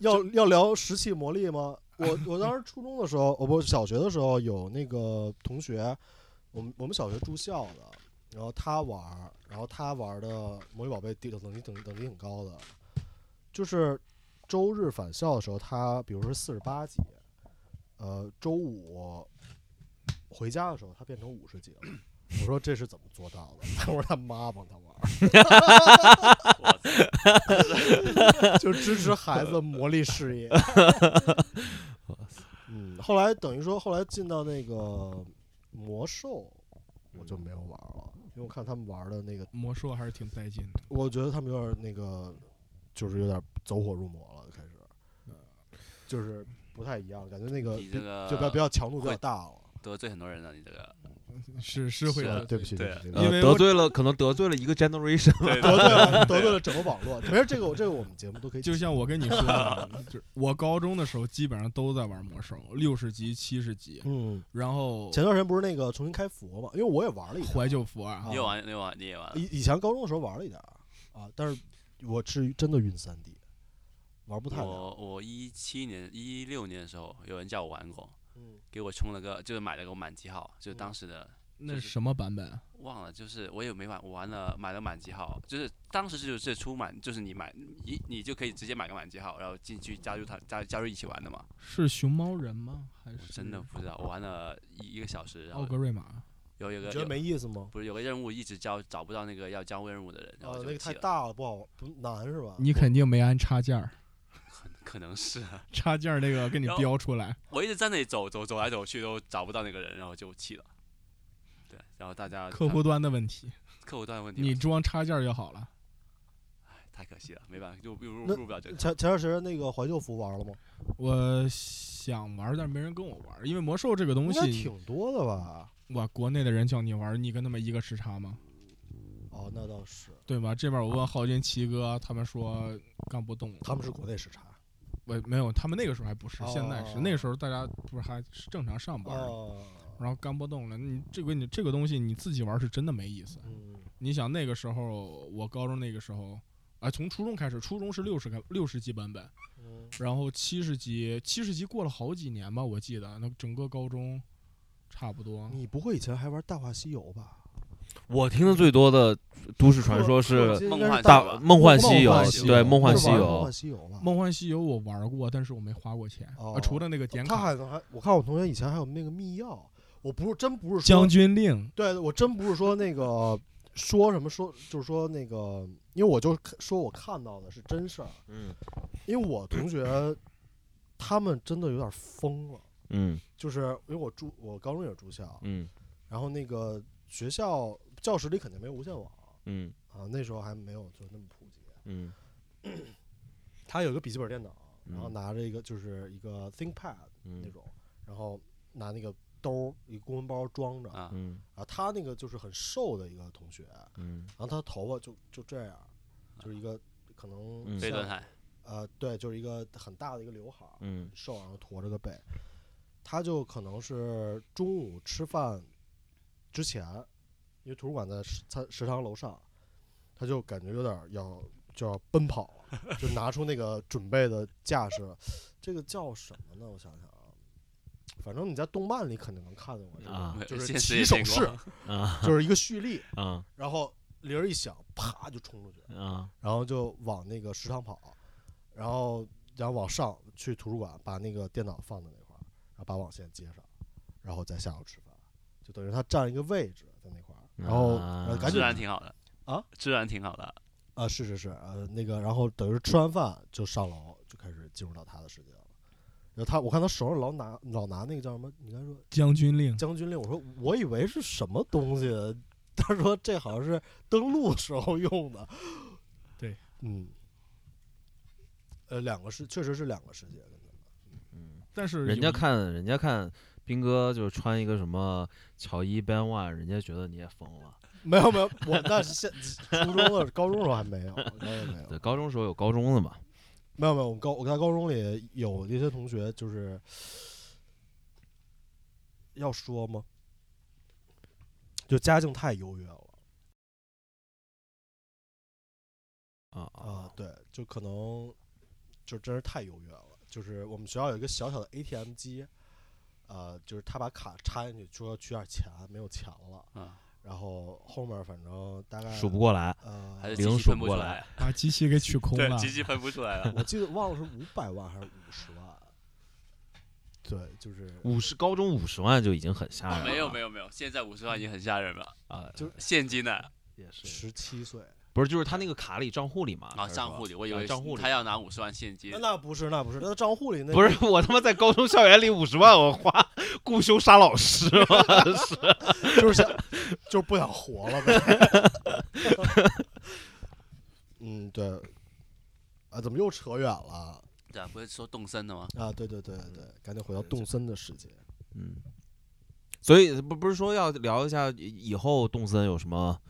S3: 要要聊石器魔力吗？我我当时初中的时候，哦我不小学的时候有那个同学，我们我们小学住校的，然后他玩儿，然后他玩儿的《魔力宝贝》第等级等级等级挺高的，就是周日返校的时候，他比如说四十八级，呃，周五回家的时候他变成五十级了。我说这是怎么做到的？他说他妈帮他玩儿。
S2: 我操
S3: 就支持孩子磨砺事 业。嗯，后来等于说，后来进到那个魔兽，我就没有玩了，因为我看他们玩的那个，
S4: 魔兽还是挺带劲的。
S3: 我觉得他们有点那个，就是有点走火入魔了，开始，嗯就是不太一样，感觉那个
S2: 你这个
S3: 呃就比较比较强度比较
S2: 会
S3: 大了。
S2: 得罪很多人了，你这个
S4: 是是会
S2: 是
S4: 的
S2: 啊
S3: 呃，对不起，
S2: 对
S3: 对不起，
S1: 呃
S4: 因为
S1: 得
S4: 我
S1: 罪了，可能得罪了一个 generation
S2: 对
S3: 得罪了得罪了整个网络。没事，这个我这个我们节目都可以
S4: 就像我跟你说 的，啊就是我高中的时候基本上都在玩魔兽，六十级、七十级，
S3: 嗯，
S4: 然后
S3: 前段时间不是那个重新开服嘛，因为我也玩了一下
S4: 怀旧服啊
S3: 啊
S2: 你，也玩，你也玩，你也玩，
S3: 以以前高中的时候玩了一点儿啊，但是我是真的晕三 D，玩不太了。
S2: 我我一七年、一六年的时候，有人叫我玩过，
S3: 嗯
S2: 给我充了个，就是买了个满级号，就是
S3: 哦
S2: 当时的
S4: 那是什么版本啊？
S2: 忘了，就是我也没玩，我玩了买了满级号，就是当时就是出满，就是你买一你就可以直接买个满级号，然后进去加入他加加入一起玩的嘛。
S4: 是熊猫人吗？还是
S2: 我真的不知道，我玩了一一个小时，然
S4: 奥
S2: 后
S4: 格瑞玛？
S2: 有有
S3: 你
S2: 个
S3: 觉得
S2: 有
S3: 没意思吗？
S2: 不是有个任务一直交找不到那个要交任务的人，然
S3: 啊
S2: 后，就
S3: 那个
S2: 弃
S3: 太
S2: 了，
S3: 大了，不好玩不难是吧？
S4: 你肯定没按插件儿，
S2: 可能是啊、
S4: 插件儿那个给你
S2: 然后啊
S4: 标出来。
S2: 我一直在那里走走走来走去都找不到那个人，然后就弃了。对，然后大家
S4: 客
S2: 他
S4: 户端的问题，
S2: 客户端的问题吧，
S4: 你装插件儿就好了。
S2: 太可惜了，没办法，就入
S3: 那嗯
S2: 入入不了这个。
S3: 前前段时间那个怀旧服玩了吗？
S4: 我想玩，但是没人跟我玩，因为魔兽这个东
S3: 应该
S4: 西，
S3: 挺多的吧？
S4: 哇，国内的人叫你玩，你跟他们一个时差吗？
S3: 哦，那倒是，
S4: 对吧？这边我问浩金、奇哥，他们说干不动了。
S3: 他们是国内时差。
S4: 我没有，他们那个时候还不是，现在是
S3: 哦
S4: 那个时候大家不是还是正常上班儿，
S3: 哦，
S4: 然后干不动了。你这个你这个东西你自己玩是真的没意思。
S3: 嗯，
S4: 你想那个时候，我高中那个时候，啊，从初中开始，初中是六十个六十级版本，
S3: 嗯
S4: 然后七十级，七十级过了好几年吧，我记得那整个高中差不多。
S3: 你不会以前还玩《大话西游》吧？
S1: 我听的最多的都市传说
S3: 我
S1: 是
S3: 记得应
S2: 梦
S3: 该是
S2: 幻
S1: 大
S2: 吧
S1: 梦幻西游
S3: 梦幻，
S1: 对
S3: 梦
S1: 梦幻西
S3: 是玩梦
S1: 游
S3: 幻，西游吧。
S4: 梦幻西游我玩过，但是我没花过钱，啊，
S3: 啊哦
S4: 除了那个点
S3: 他
S4: 卡。
S3: 还能还，我看我同学以前还有那个密钥，我不是真不是说
S4: 将军令，
S3: 对，我真不是说那个说什么说，就是说那个，因为我就看说我看到的是真事儿，
S1: 嗯
S3: 因为我同学他们真的有点疯了，
S1: 嗯
S3: 就是因为我住我高中也是住校，
S1: 嗯
S3: 然后那个学校教室里肯定没有无线网
S1: 嗯
S3: 啊，那时候还没有就那么普及。
S1: 嗯
S3: 他有一个笔记本电脑，然后
S1: 嗯
S3: 拿着一个就是一个 ThinkPad 那
S1: 嗯
S3: 种，然后拿那个兜儿一个公文包装着，然
S2: 啊，
S1: 嗯
S3: 后他那个就是很瘦的一个同学，
S1: 嗯
S3: 然后他头发就就这样，就是一个可能
S1: 嗯
S2: 飞轮
S3: 像
S2: 海，
S3: 呃对，就是一个很大的一个刘海儿，
S1: 嗯
S3: 瘦，然后驼着个背。他就可能是中午吃饭之前，因为图书馆在食餐食堂楼上，他就感觉有点儿要就要奔跑了就拿出那个准备的架势了。这个叫什么呢？我想想啊，反正你在动漫里肯定能看见过这个，
S1: 啊
S2: 对
S3: 就是
S2: 现实也
S3: 起手
S2: 见过
S3: 势，
S1: 啊
S3: 就是一个蓄力，
S1: 啊
S3: 然后铃儿一响，啪就冲出去。
S1: 啊
S3: 然后就往那个食堂跑，然后然后往上去图书馆，把那个电脑放在那块儿，然后把网线接上，然后再下楼吃饭，就等于他占一个位置在那块儿，然后、然后赶
S2: 自
S3: 紧
S2: 然挺好的
S3: 啊，
S2: 自然挺好的。
S3: 啊是是是呃那个，然后等于吃完饭就上楼，就开始进入到他的世界了。然后他，我看他手上老拿老拿那个叫什么？你刚才说
S4: 将军令，
S3: 将军令，我说我以为是什么东西，他说这好像是登陆时候用的。
S4: 对，
S3: 嗯，呃，两个世确实是两个世界，
S1: 嗯，
S4: 但是
S1: 人家
S4: 有一
S1: 看人家看。斌哥就是穿一个什么乔伊 Ben One，人家觉得你也疯了，
S3: 没有没有，我那是现初中的高中时候还没有，高中没有，
S1: 对，高中时候有高中的嘛，
S3: 没有没有，我们高我在高中里有一些同学就是要说吗？就家境太优越了
S1: 啊
S3: 啊，，对，就可能就真是太优越了。就是我们学校有一个小小的 ATM 机，呃，就是他把卡插进去，说要取点钱，没有钱了，
S2: 啊，
S3: 然后后面反正大概
S1: 数不过来，
S3: 呃，
S2: 还是
S1: 零
S2: 机器
S1: 数
S2: 喷
S1: 不
S2: 不
S1: 过
S2: 出
S1: 来啊
S2: 来，
S4: 把机器给取空
S2: 对，
S4: 了。
S2: 机器喷不出 来了。
S3: 我记得忘了是五百万还是五十万。对，就是
S1: 五十高中五十万就已经很吓人了，
S2: 没有没有没有，现在五十万已经很吓人了，
S1: 啊，
S3: 就
S2: 现金呢？
S1: 也是，
S3: 十七岁。
S1: 不是就是他那个卡里账户里嘛，
S2: 啊，
S1: 还是
S2: 账
S1: 说
S2: 户里，我以为
S1: 啊账户里
S2: 他要拿五十万现金
S3: 那，那不是，那不是，那账户里那
S1: 不
S3: 是
S1: 是我他妈在高中校园里五十万，我花雇凶杀老 师吗？是
S3: 就是想，就是不想活了呗。 嗯，对。啊，怎么又扯远了？
S2: 对啊，不是说动森的吗？
S3: 啊，对对对对，赶紧回到动森的世界。
S1: 嗯，所以不不是说要聊一下以后动森有什么，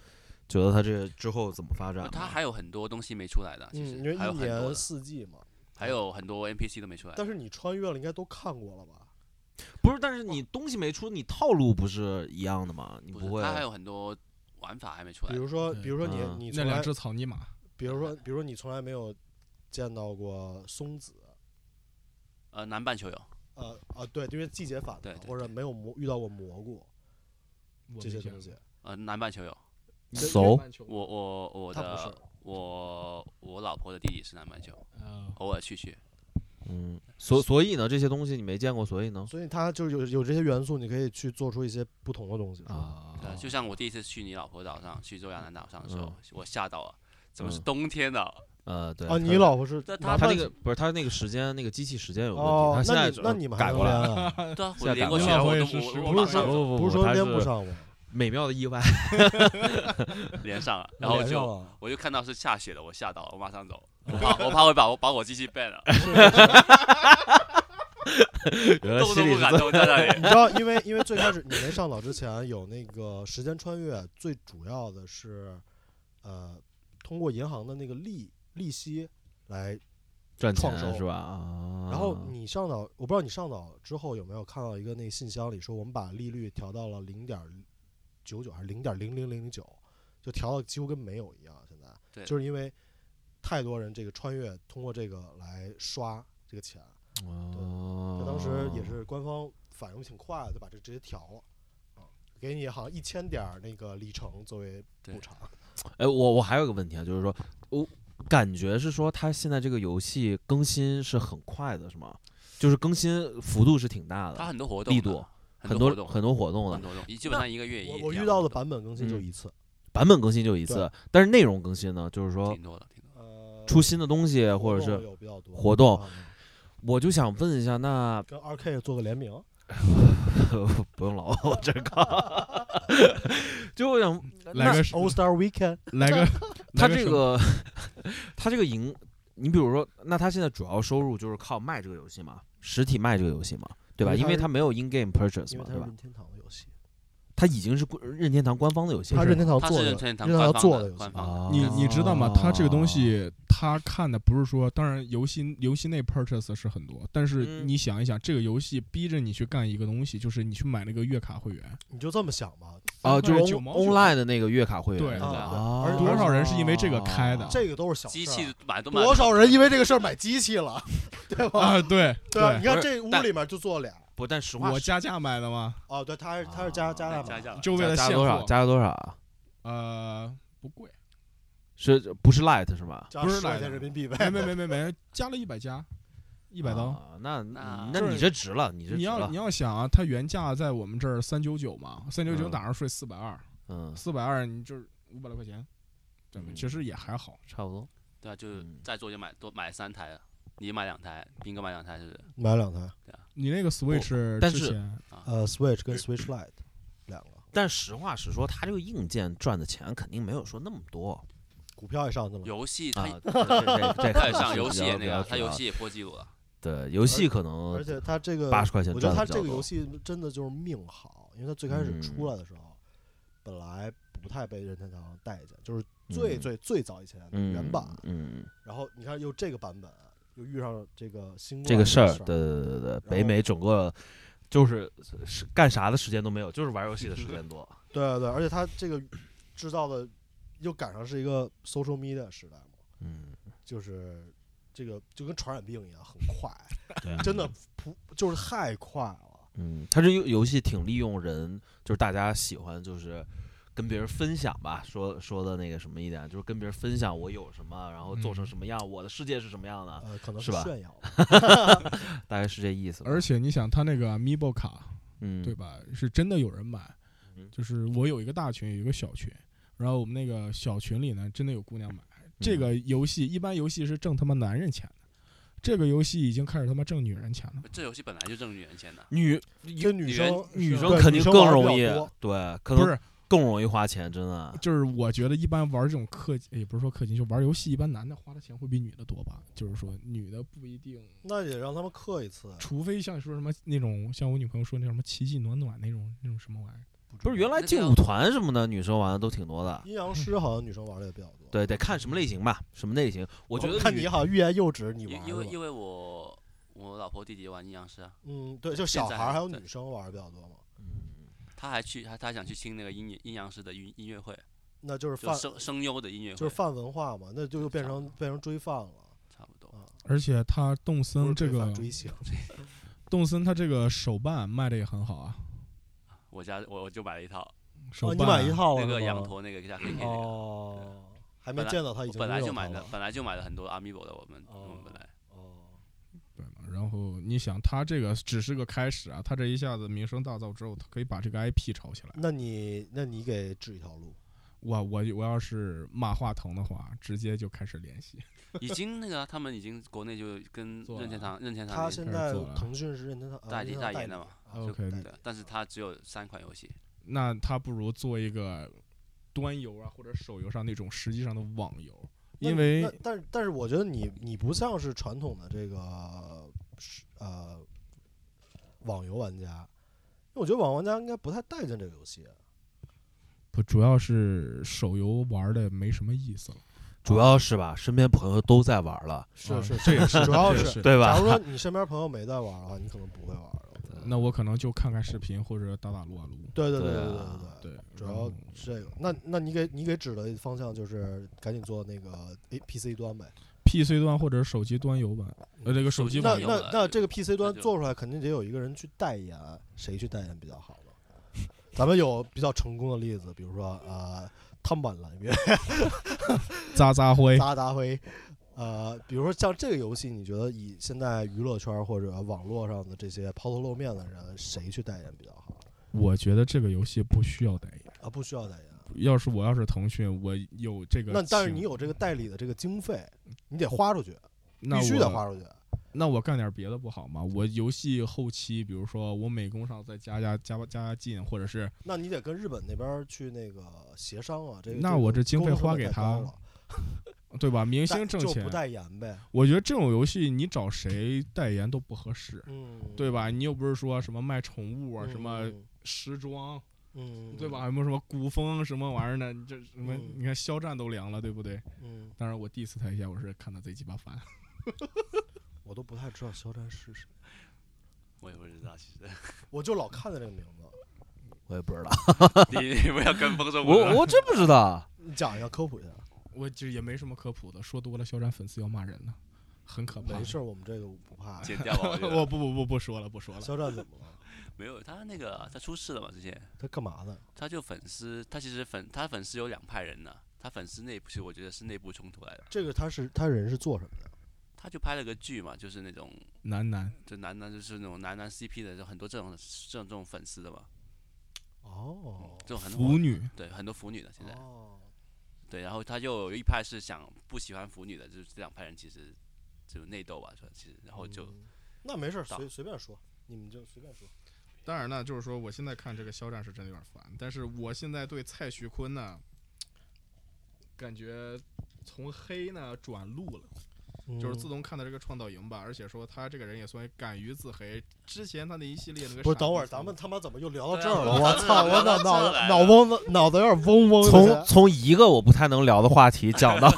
S1: 觉得他这之后怎么发展吗？
S2: 他还有很多东西没出来的，其
S3: 嗯，因
S2: 实
S3: 为
S2: 还有
S3: 一
S2: 很多
S3: 年
S2: 的，
S3: 四季嘛。
S2: 还有很多 NPC 都没出来。
S3: 但是你穿越了，应该都看过了吧？
S1: 不是，但是你东西没出，你套路不是一样的吗？你
S2: 不是
S1: 会
S2: 他还有很多玩法还没出来
S3: 比。如说，
S4: 对
S3: 比如说你
S1: 嗯
S3: 你
S4: 那
S3: 从
S4: 两
S3: 来，
S4: 只草泥马，
S3: 比如说比如说你从来没有见到过松子，
S2: 呃，南半球有，
S3: 呃啊，对，因为季节反
S2: 对
S3: 了，
S2: 对
S3: 或者没有蘑遇到过蘑菇
S4: 我
S3: 这
S4: 没
S3: 些
S4: 见
S3: 东西
S4: 过。，
S2: 呃，南半球有。
S1: 熟
S2: 我我我
S3: 它不是
S2: 的。我我老婆的弟弟是南半球，
S4: 呃，
S2: 偶尔去去。
S1: 嗯，所所以呢，这些东西你没见过，所以呢
S3: 所以它就是有有这些元素，你可以去做出一些不同的东西。是吧，
S1: 啊
S2: 对，就像我第一次去你老婆岛上，去周亚南岛上的时候
S1: 嗯，
S2: 我吓到了，怎么是
S1: 嗯
S2: 冬天呢？
S1: 呃对
S3: 啊，
S1: 他
S3: 你老婆是
S2: 但
S3: 麻
S1: 他
S3: 烦
S1: 那个不是他那个时间那个机器时间有问题，
S3: 哦，
S1: 他现
S3: 那
S1: 在
S3: 你那
S1: 就
S3: 你们还
S1: 改
S3: 能
S1: 过来
S3: 练
S1: 了。
S3: 啊？
S2: 对啊，
S1: 现
S2: 我
S1: 在改
S2: 连过
S1: 了
S2: 去啊，
S4: 我
S2: 我
S4: 也
S2: 都
S4: 是
S2: 我
S4: 十
S2: 我
S4: 五
S2: 马
S4: 年
S2: 上
S4: 了
S2: 就
S1: 不不
S3: 不
S1: 不，
S3: 是说
S1: 他
S3: 连不
S1: 是
S3: 上吗？
S1: 美妙的意外，
S2: 连上了，然后
S3: 连上
S2: 就
S3: 了
S2: 我就看到是下雪了，我吓到了，我马上走，我怕我怕会把我把我机器变了，
S1: 原来
S2: 动
S1: 呃心
S2: 都
S1: 里
S2: 不
S1: 是
S2: 敢
S1: 这
S2: 动在那里
S3: 你。知道，因为因为最开始你没上岛之前有那个时间穿越，最主要的是，呃，通过银行的那个利利息来。
S1: 赚
S3: 创
S1: 钱
S3: 收
S1: 是吧？啊，
S3: 然后你上岛，我不知道你上岛之后有没有看到一个那个信箱里说，我们把利率调到了零点九九还是零点零零零九，就调到几乎跟没有一样。现在
S2: 对
S3: 就是因为太多人这个穿越通过这个来刷这个钱。
S1: 哦
S3: 他当时也是官方反应挺快的，就把这直接调了，啊，给你好像一千点儿那个里程作为补
S2: 对
S3: 偿。
S1: 哎，我我还有个问题啊，就是说我感觉是说它现在这个游戏更新是很快的，是吗？就是更新幅度是挺大
S2: 它
S1: 的，
S2: 很多活动的，
S1: 力度
S2: 很
S1: 多
S2: 活动，
S1: 很多活动
S2: 很
S1: 的，
S2: 多活动，一基本上一个月一
S3: 我
S2: 两
S3: 我
S2: 个嗯
S3: 遇到
S2: 活
S3: 的
S2: 动
S3: 版本更新就一次，
S1: 版本更新就一
S3: 对
S1: 次，但是内容更新呢，就是说
S2: 挺多的，挺多的。
S3: 呃，
S1: 出新的东西，或者
S3: 活动
S1: 是
S3: 有比较多
S1: 活动
S3: 啊
S1: 我就想问一下，那
S3: 跟二 K 做个联名，
S1: 不用老往我这靠， 就我想
S4: 来个
S3: ，All Star Weekend
S4: 来 个，
S1: 他
S4: 来
S1: 这
S4: 手
S1: 个他这个营，你比如说，那他现在主要收入就是靠卖这个游戏嘛，实体卖这个游戏嘛，对吧？
S3: 因
S1: 因
S3: 为它
S1: 为
S3: 是
S1: 他没有 in game purchase
S3: 因为
S1: 嘛，
S3: 它
S1: 对
S3: 是
S1: 吧
S3: 任？天堂的游戏，
S1: 他已经是官任天堂官方的游戏
S3: 它
S1: 了，
S3: 任天堂
S2: 它
S3: 做
S2: 是
S3: 的，
S2: 任天堂
S3: 堂
S2: 官
S3: 做
S2: 方的
S3: 游戏
S2: 官。方
S1: 啊
S4: 你你知道吗？他这个东
S1: 哦
S4: 西，他看的不是说，当然游戏游戏内 purchase 是很多，但是
S1: 嗯
S4: 你想一想，这个游戏逼着你去干一个东西，就是你去买那个月卡会员，
S3: 你就这么想吧，
S1: 啊，就是
S4: 九毛九
S1: online 的那个月卡会员，
S4: 对
S1: 是
S4: 啊
S1: 吧
S3: 对
S1: 啊
S3: 而
S4: 多少人是因为这个开的？
S3: 这个都是小
S2: 啊机
S3: 事儿啊
S2: 器买都买
S3: 多
S2: 不
S3: 少
S2: 到
S3: 人因为这个事儿买机器了， 对吧？
S4: 啊，对
S3: 哦对吧，你看
S1: 不是
S3: 这屋
S1: 但
S3: 里面就坐俩，
S1: 不，但实话
S4: 我
S1: 是
S4: 加价买的嘛，
S3: 哦，对，他是他是加
S2: 加
S3: 加大
S2: 啊加
S3: 版，
S2: 价了，
S4: 就为
S1: 加
S4: 了
S1: 加
S4: 现
S1: 多少？
S4: 货，
S1: 加了多少啊？
S4: 呃，不贵，
S1: 是不是 light 是吧？
S3: 加
S4: 不是
S3: 十块
S4: 来
S3: 钱
S4: 的
S3: 人民币呗。
S4: 没没没没没，加了一百加，一
S1: 一
S4: 百刀。
S1: 那
S2: 那
S1: 那你这值了，你这
S4: 你
S1: 啊值
S4: 要
S1: 了
S4: 你要想啊，它原价在我们这儿三九九嘛，三九九
S1: 嗯
S4: 打上税四百二，
S1: 嗯，
S4: 四百二你就是五百来块钱，对吧
S1: 嗯
S4: 其实也还好。
S1: 差不多。
S2: 对啊，就是
S1: 嗯
S2: 在座就买多买三台了，你买两台，斌哥买两台是不是？
S3: 买两台，
S4: 你那个 Switch，
S1: 但
S4: 之
S1: 是
S4: 前
S3: 呃，Switch 跟 Switch Lite 两个，
S1: 但实话实说，他这个硬件赚的钱肯定没有说那么多
S3: 股票也上去了。
S2: 游戏它
S1: 啊。这这这
S2: 它
S1: 这
S2: 也上
S1: 是
S2: 游
S1: 比
S2: 戏
S1: 较
S2: 也
S1: 比
S2: 那
S1: 较
S2: 个，它
S1: 主
S2: 游
S1: 要
S2: 戏也破纪录了。
S1: 对游戏可
S3: 而
S1: 能
S3: 且他这个，
S1: 八十块钱
S3: 我觉
S1: 赚的
S3: 得他
S1: 比较
S3: 这个
S1: 多
S3: 游戏真的就是命好，因为他最开始
S1: 嗯
S3: 出来的时候，本来不不太被任天堂待见，就是最最最早以前的
S1: 嗯
S3: 原版。
S1: 嗯，
S3: 然后你看又这个版本，又遇上了这个新冠
S1: 这个事儿，
S3: 儿，
S1: 对对对对对，北
S3: 后
S1: 美整个就是是干啥的时间都没有，就是玩游戏的时间 多。
S3: 对对对，而且它这个制造的又赶上是一个 social media 时代嘛，
S1: 嗯，
S3: 就是这个就跟传染病一样，很快，
S1: 对
S3: 真的不就是太快了。
S1: 嗯，它这游游戏挺利用人，就是大家喜欢就是跟别人分享吧，说说的那个什么一点，就是跟别人分享我有什么，然后做成
S4: 嗯
S1: 什么样，我的世界是什么样的，
S3: 呃，可能
S1: 啊是吧
S3: 炫耀，
S1: 大概是这意思吧。
S4: 而且你想，他那个 Amiibo 卡，
S1: 嗯，
S4: 对吧？是真的有人买
S1: 嗯，
S4: 就是我有一个大群，有一个小群，然后我们那个小群里呢，真的有姑娘买。
S1: 嗯
S4: 这个游戏一般游戏是挣他妈男人钱的，这个游戏已经开始他妈挣女人钱了。
S2: 这游戏本来就挣女人钱的，
S1: 女
S3: 这女
S2: 女人
S3: 生
S1: 女
S3: 是
S1: 生
S3: 对
S1: 肯定
S3: 玩
S1: 更
S3: 儿比
S1: 容易
S3: 较多，
S1: 对，可
S4: 不
S1: 能
S4: 是，
S1: 更容易花钱，真的。
S4: 就是我觉得一般玩这种氪金，也不是说氪金，就玩游戏，一般男的花的钱会比女的多吧？就是说女的不一定，
S3: 那也让他们氪一次。
S4: 除非像说什么那种，像我女朋友说那什么奇迹暖暖那种那种什么玩意儿，
S1: 不是原来
S2: 那
S1: 劲
S2: 这
S1: 舞
S2: 样
S1: 团什么的，女生玩的都挺多的。
S3: 阴阳师好像女生玩的也比较多。，
S1: 对，得看什么类型吧，什么类型。我觉得
S3: 看
S1: 女
S3: 你好像欲言又止，你
S2: 因
S3: 玩
S2: 因
S3: 儿
S2: 为
S3: 吧
S2: 因为我我老婆弟弟玩阴阳师啊，
S3: 嗯，对，就
S2: 现
S3: 小
S2: 在
S3: 孩儿还有
S2: 对
S3: 女生玩的比较多嘛，
S2: 他还去他他想去听那个阴阴阳师的音音乐会，
S3: 那就是
S2: 就
S3: 泛
S2: 声声优的音乐会，
S3: 就是泛文化嘛，那就又变成变成追泛了
S2: 差不多。
S3: 啊。
S4: 而且他动
S3: 不是
S4: 森这
S3: 追
S4: 个
S3: 泛追星，
S4: 动森他这个手办卖的也很好啊，
S2: 我家我我就买了一套
S4: 手
S3: 哦
S4: 办、啊
S3: 你买一套了
S2: 那个
S3: 是吗
S2: 羊驼那个加 K K 那个，
S3: 哦，还没
S2: 本来
S3: 见到他已
S2: 我
S3: 经
S2: 本来
S3: 拥
S2: 就
S3: 有
S2: 买
S3: 它
S2: 的
S3: 了，
S2: 本来就买了很多 Amiibo 的，我们我们本来
S3: 哦，
S4: 对嘛？然后你想，他这个只是个开始啊，他这一下子名声大噪之后，他可以把这个 IP 炒起来。
S3: 那你那你给指一条路，
S4: 我我我要是马化腾的话，直接就开始联系。
S2: 已经那个啊他们已经国内就 跟
S4: 做
S2: 任天
S4: 了
S2: 堂任天堂
S3: 他
S2: 联
S3: 现
S4: 开始
S3: 在
S4: 做了
S3: 腾讯是任天堂呃
S2: 代
S3: 任
S2: 理
S3: 天
S2: 代
S3: 堂代
S2: 言
S3: 理
S2: 的嘛
S3: 啊
S4: OK
S3: 代理
S2: 对，但是他只有三款游戏，
S4: 那他不如做一个端游啊，或者手游上那种实际上的网游，
S3: 那
S4: 因
S3: 你
S4: 为
S3: 那但是但是我觉得你你不像是传统的这个是呃网游玩家，因为我觉得网游玩家应该不太待见这个游戏。
S4: 不主要是手游玩的没什么意思了。
S1: 主要是吧，身边朋友都在玩了，
S3: 是
S4: 啊
S3: 是，
S4: 这也是，
S3: 主要
S4: 这也
S3: 是
S4: 是。
S1: 对
S3: 假
S1: 吧？
S3: 如说你身边朋友没在玩的话，你可能不会玩了。我觉得
S4: 那我可能就看看视频或者打打撸啊撸。
S3: 对对对
S1: 对
S3: 对
S1: 啊
S3: 对
S4: 对，嗯
S3: 主
S4: 然
S3: 要
S4: 后
S3: 是这个。那那你给你给指的方向就是赶紧做那个 A P C 端呗。
S4: PC 端或者手机端游版，呃，这个手机
S2: 手机
S4: 版
S3: 那
S2: 网游
S3: 那
S2: 了
S3: 那这个 P C 端
S2: 就
S3: 做出来，肯定得有一个人去代言，谁去代言比较好呢？咱们有比较成功的例子，比如说呃汤板蓝月、
S4: 渣渣辉，
S3: 扎达辉，呃，比如说像这个游戏，你觉得以现在娱乐圈或者网络上的这些抛头露面的人，谁去代言比较好？
S4: 我觉得这个游戏不需要代言。
S3: 啊，不需要代言。
S4: 要是我要是腾讯，我有这个，
S3: 那但是你，有这个代理的这个经费，你得花出去，
S4: 那
S3: 必须得
S4: 我
S3: 花出去。
S4: 那我干点别的不好吗？我游戏后期，比如说我美工上再加加加加加进，或者是
S3: 那你得跟日本那边儿去那个协商啊。这个
S4: 那
S3: 这个
S4: 我这经
S3: 沟
S4: 费
S3: 通成
S4: 花
S3: 本
S4: 给
S3: 太高
S4: 他
S3: 了
S4: 对吧？明
S3: 代
S4: 星挣
S3: 就
S4: 钱
S3: 不，代言呗。
S4: 我觉得这种游戏你找谁代言都不合适，
S3: 嗯，
S4: 对吧？你又不是说什么卖宠物啊，
S3: 嗯
S4: 什么时装，
S3: 嗯，
S4: 对吧？？还有没有什么古风什么玩意儿的？你这什么？
S3: 嗯
S4: 你看肖战都凉了，对不对？
S3: 嗯，
S4: 当然我 diss 他一下，我是看他贼鸡巴烦。
S3: 我都不太知道肖战是谁，
S2: 我也不知道其实。
S3: 我就老看见这个名字。
S1: 我也不知道，
S2: 你你不要跟风说不知道
S1: 我我真不知 道。
S3: 你讲一下，科普一下。
S4: 我就也没什么可谱的，说多了肖战粉丝要骂人呢，很可怕。
S3: 没事，儿，我们这个不怕。
S2: 剪掉吧，我觉
S4: 我
S2: 得
S4: 不不不不说了，不说了。
S3: 肖战怎么了？
S2: 没有他那个啊他出事了嘛？之前
S3: 他干嘛呢？
S2: 他就粉丝，他其实粉他粉丝有两派人呢、他粉丝内部其实我觉得是内部冲突来的。
S3: 这个他是他人是做什么的？
S2: 他就拍了个剧嘛，就是那种
S4: 男男，
S2: 就男男就是那种男男 CP 的，就很多这种这种这种粉丝的嘛，
S3: 哦
S2: 这种很
S4: 腐
S2: 火
S4: 女，
S2: 对很多腐女的现在
S3: 哦，
S2: 对，然后他又有一派是想不喜欢腐女的，就是这两派人其实就内斗吧，说其实然后就、
S3: 嗯那没事儿，
S2: 到
S3: 随随便说，你们就随便说。
S4: 当然呢，就是说我现在看这个肖战是真的有点烦，但是我现在对蔡徐坤呢，感觉从黑呢转绿了。就是自
S3: 嗯
S4: 动看到这个创造营吧，而且说他这个人也算敢于自黑。之前他那一系列那个
S3: 不是，
S4: 傻
S3: 等
S4: 逼
S3: 会儿咱
S4: 风
S3: 们
S4: 格
S3: 他妈怎么又聊
S2: 对
S3: 到
S2: 啊
S3: 这儿了？
S2: 我
S3: 我
S2: 们
S3: 操！
S2: 聊
S3: 我
S2: 到这
S3: 脑脑
S2: 来
S3: 脑
S2: 了
S3: 嗡嗡，脑子有点嗡嗡的。
S1: 从从一个我不太能聊的话题讲 到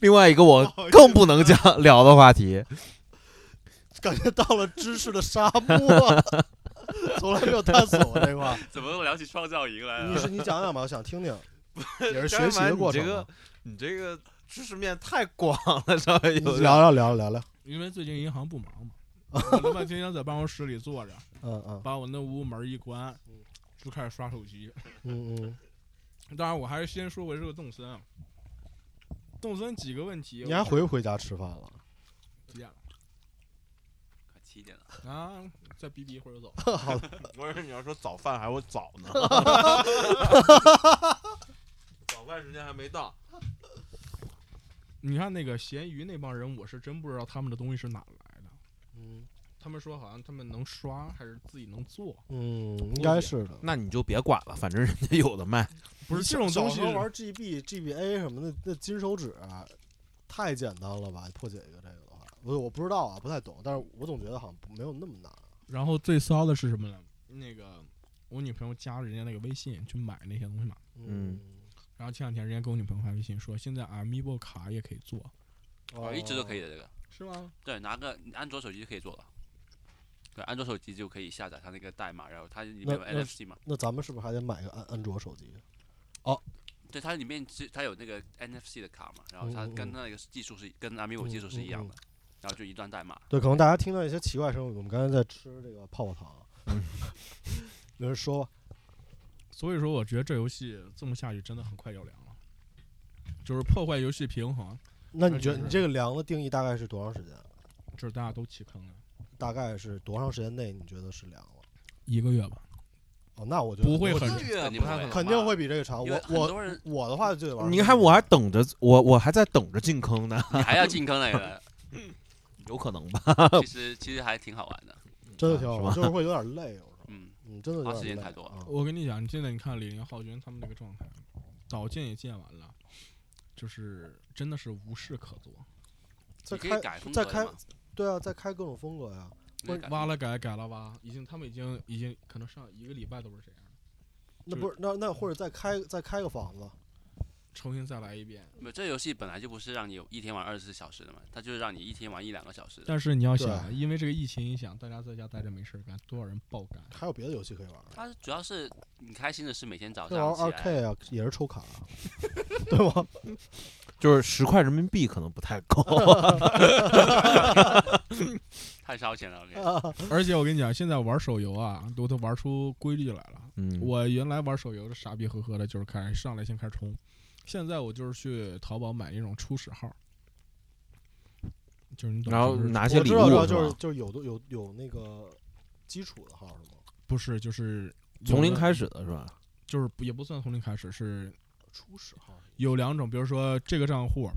S1: 另外一个我
S4: 哦
S1: 更不能讲聊的话 题，
S3: 感觉到了知识的沙漠， 从来没有探索过这块 儿。
S2: 怎么聊起创造营来
S3: 你
S2: 了？
S3: 是你讲讲吧，我想听听，也是
S1: 张
S3: 学习
S1: 凡
S3: 的
S1: 你
S3: 过程啊
S1: 这
S3: 嘛
S1: 个。你这个知识面太广了，稍微有点
S3: 嗯聊聊聊聊聊，
S4: 因为最近银行不忙 嘛，我他妈天天在办公室里坐着，
S3: 嗯嗯
S4: 把我那屋门一关
S3: 嗯，
S4: 就开始刷手机。
S3: 嗯嗯，
S4: 当然，我还是先说回这个动森啊。动森几个问题，
S3: 你还回不回家吃饭了？
S4: 几点了
S2: 快七点了，
S4: 啊？再逼逼一会儿就走。
S1: 我说你要说早饭还会早呢， 早饭时间还没到。
S4: 你看那个闲鱼那帮人，我是真不知道他们的东西是哪来的。
S3: 嗯
S4: 他们说好像他们能刷，还是自己能做，
S3: 嗯，应该是的。
S1: 那你就别管了，反正人家有的卖。
S4: 不是这种
S3: 小
S4: 东
S3: 时
S4: 西
S3: 候。玩 GB、GBA 什么的，那金手指啊太简单了吧？破解一个这个的话，我我不知道啊，不太懂，但是我总觉得好像不没有那么难。
S4: 然后最骚的是什么呢？那个我女朋友加人家那个微信去买那些东西嘛。
S1: 嗯
S4: 然后前两天人家给我女朋友发微信说，现在 Amiibo 卡也可以做，嗯
S2: 我哦啊一直都可
S3: 哦
S2: 以的这个。
S4: 是吗？
S2: 对，拿个安卓手机就可以做了。对，安卓手机就可以下载它那个代码，然后它里面有
S3: 那那
S2: NFC 嘛，
S3: 那咱们是不是还得买个安安卓手机？
S2: 对，它里面是它有那个 NFC 的卡嘛，然后它
S3: 嗯嗯
S2: 跟
S3: 嗯
S2: 它那个技术是跟 Amiibo 技术是一样的，然后就一段代码。
S3: 对，可能大家听到一些奇怪声，我们刚才在吃这个泡泡糖。 有人说吧，
S4: 所以说，我觉得这游戏这么下去真的很快要凉了，就是破坏游戏平衡，
S3: 那你
S4: 而
S3: 觉得
S4: 且
S3: 你
S4: 是
S3: 这个凉的定义大概是多长时间？
S4: 就是大家都弃坑了。
S3: 大概是多长时间内你觉得是凉了？
S4: 一个月吧，
S3: 哦，那我觉得
S4: 不会
S3: 我
S4: 很
S2: 肯定不会
S3: 肯定会比这个长。
S2: 因为
S3: 我
S2: 很
S3: 我
S2: 多人
S3: 我的话就得玩。
S1: 你看，我还等着，我我还在等着进坑呢，
S2: 你还要进坑来 的，
S1: 有可能吧？
S2: 其实其实还挺好玩的。
S3: 真的挺好
S1: 啊是
S3: 玩，就是会有点累，有时候
S2: 嗯，
S3: 嗯，真的有
S2: 花
S3: 点
S2: 时间
S3: 累
S2: 太多了
S3: 啊
S4: 我跟你讲，你现在你看李宁、浩军他们那个状态，导建也建完了，就是真的是无事可做，
S3: 再
S2: 你可
S3: 开
S2: 以改风
S3: 再
S2: 格
S3: 开
S2: 的嘛，
S3: 对啊，再开各种风格呀。
S2: 你可以改
S4: 挖了改，改了挖，已经他们已经已经可能上一个礼拜都不是这样了，
S3: 那
S4: 就
S3: 不是那那或者再开再开个房子，
S4: 重新再来一遍。
S2: 没有这游戏本来就不是让你有一天玩二十四小时的嘛，它就是让你一天玩一两个小时的。
S4: 但是你要
S3: 对
S4: 想，因为这个疫情影响，大家在家待着没事儿干，多少人爆肝。
S3: 还有别的游戏可以玩。
S2: 它主要是你开心的是每天早
S3: 那玩
S2: 上
S3: 二
S2: 起来，
S3: K 啊， 也是抽卡，对吗？
S1: 就是十块人民币可能不太够。
S2: 太烧钱了。我跟你讲
S3: 啊
S4: 而且我跟你讲，现在玩手游啊，都都玩出规律来了。
S1: 嗯，
S4: 我原来玩手游的傻逼呵呵的，就是开始上来先开始充，现在我就是去淘宝买那种初始号，就是你懂
S1: 然后
S4: 什么是
S1: 拿
S3: 我
S1: 些
S3: 知
S1: 礼
S3: 道，知
S1: 物
S3: 道
S1: 是
S3: 就是
S1: 吧
S3: 就是有的有有那个基础的号是吗？
S4: 不是就是
S1: 从零开
S4: 始，
S1: 始的是吧？
S4: 就是不也不算从零开始，是
S3: 初始号是吗
S4: 有两种，比如说这个账户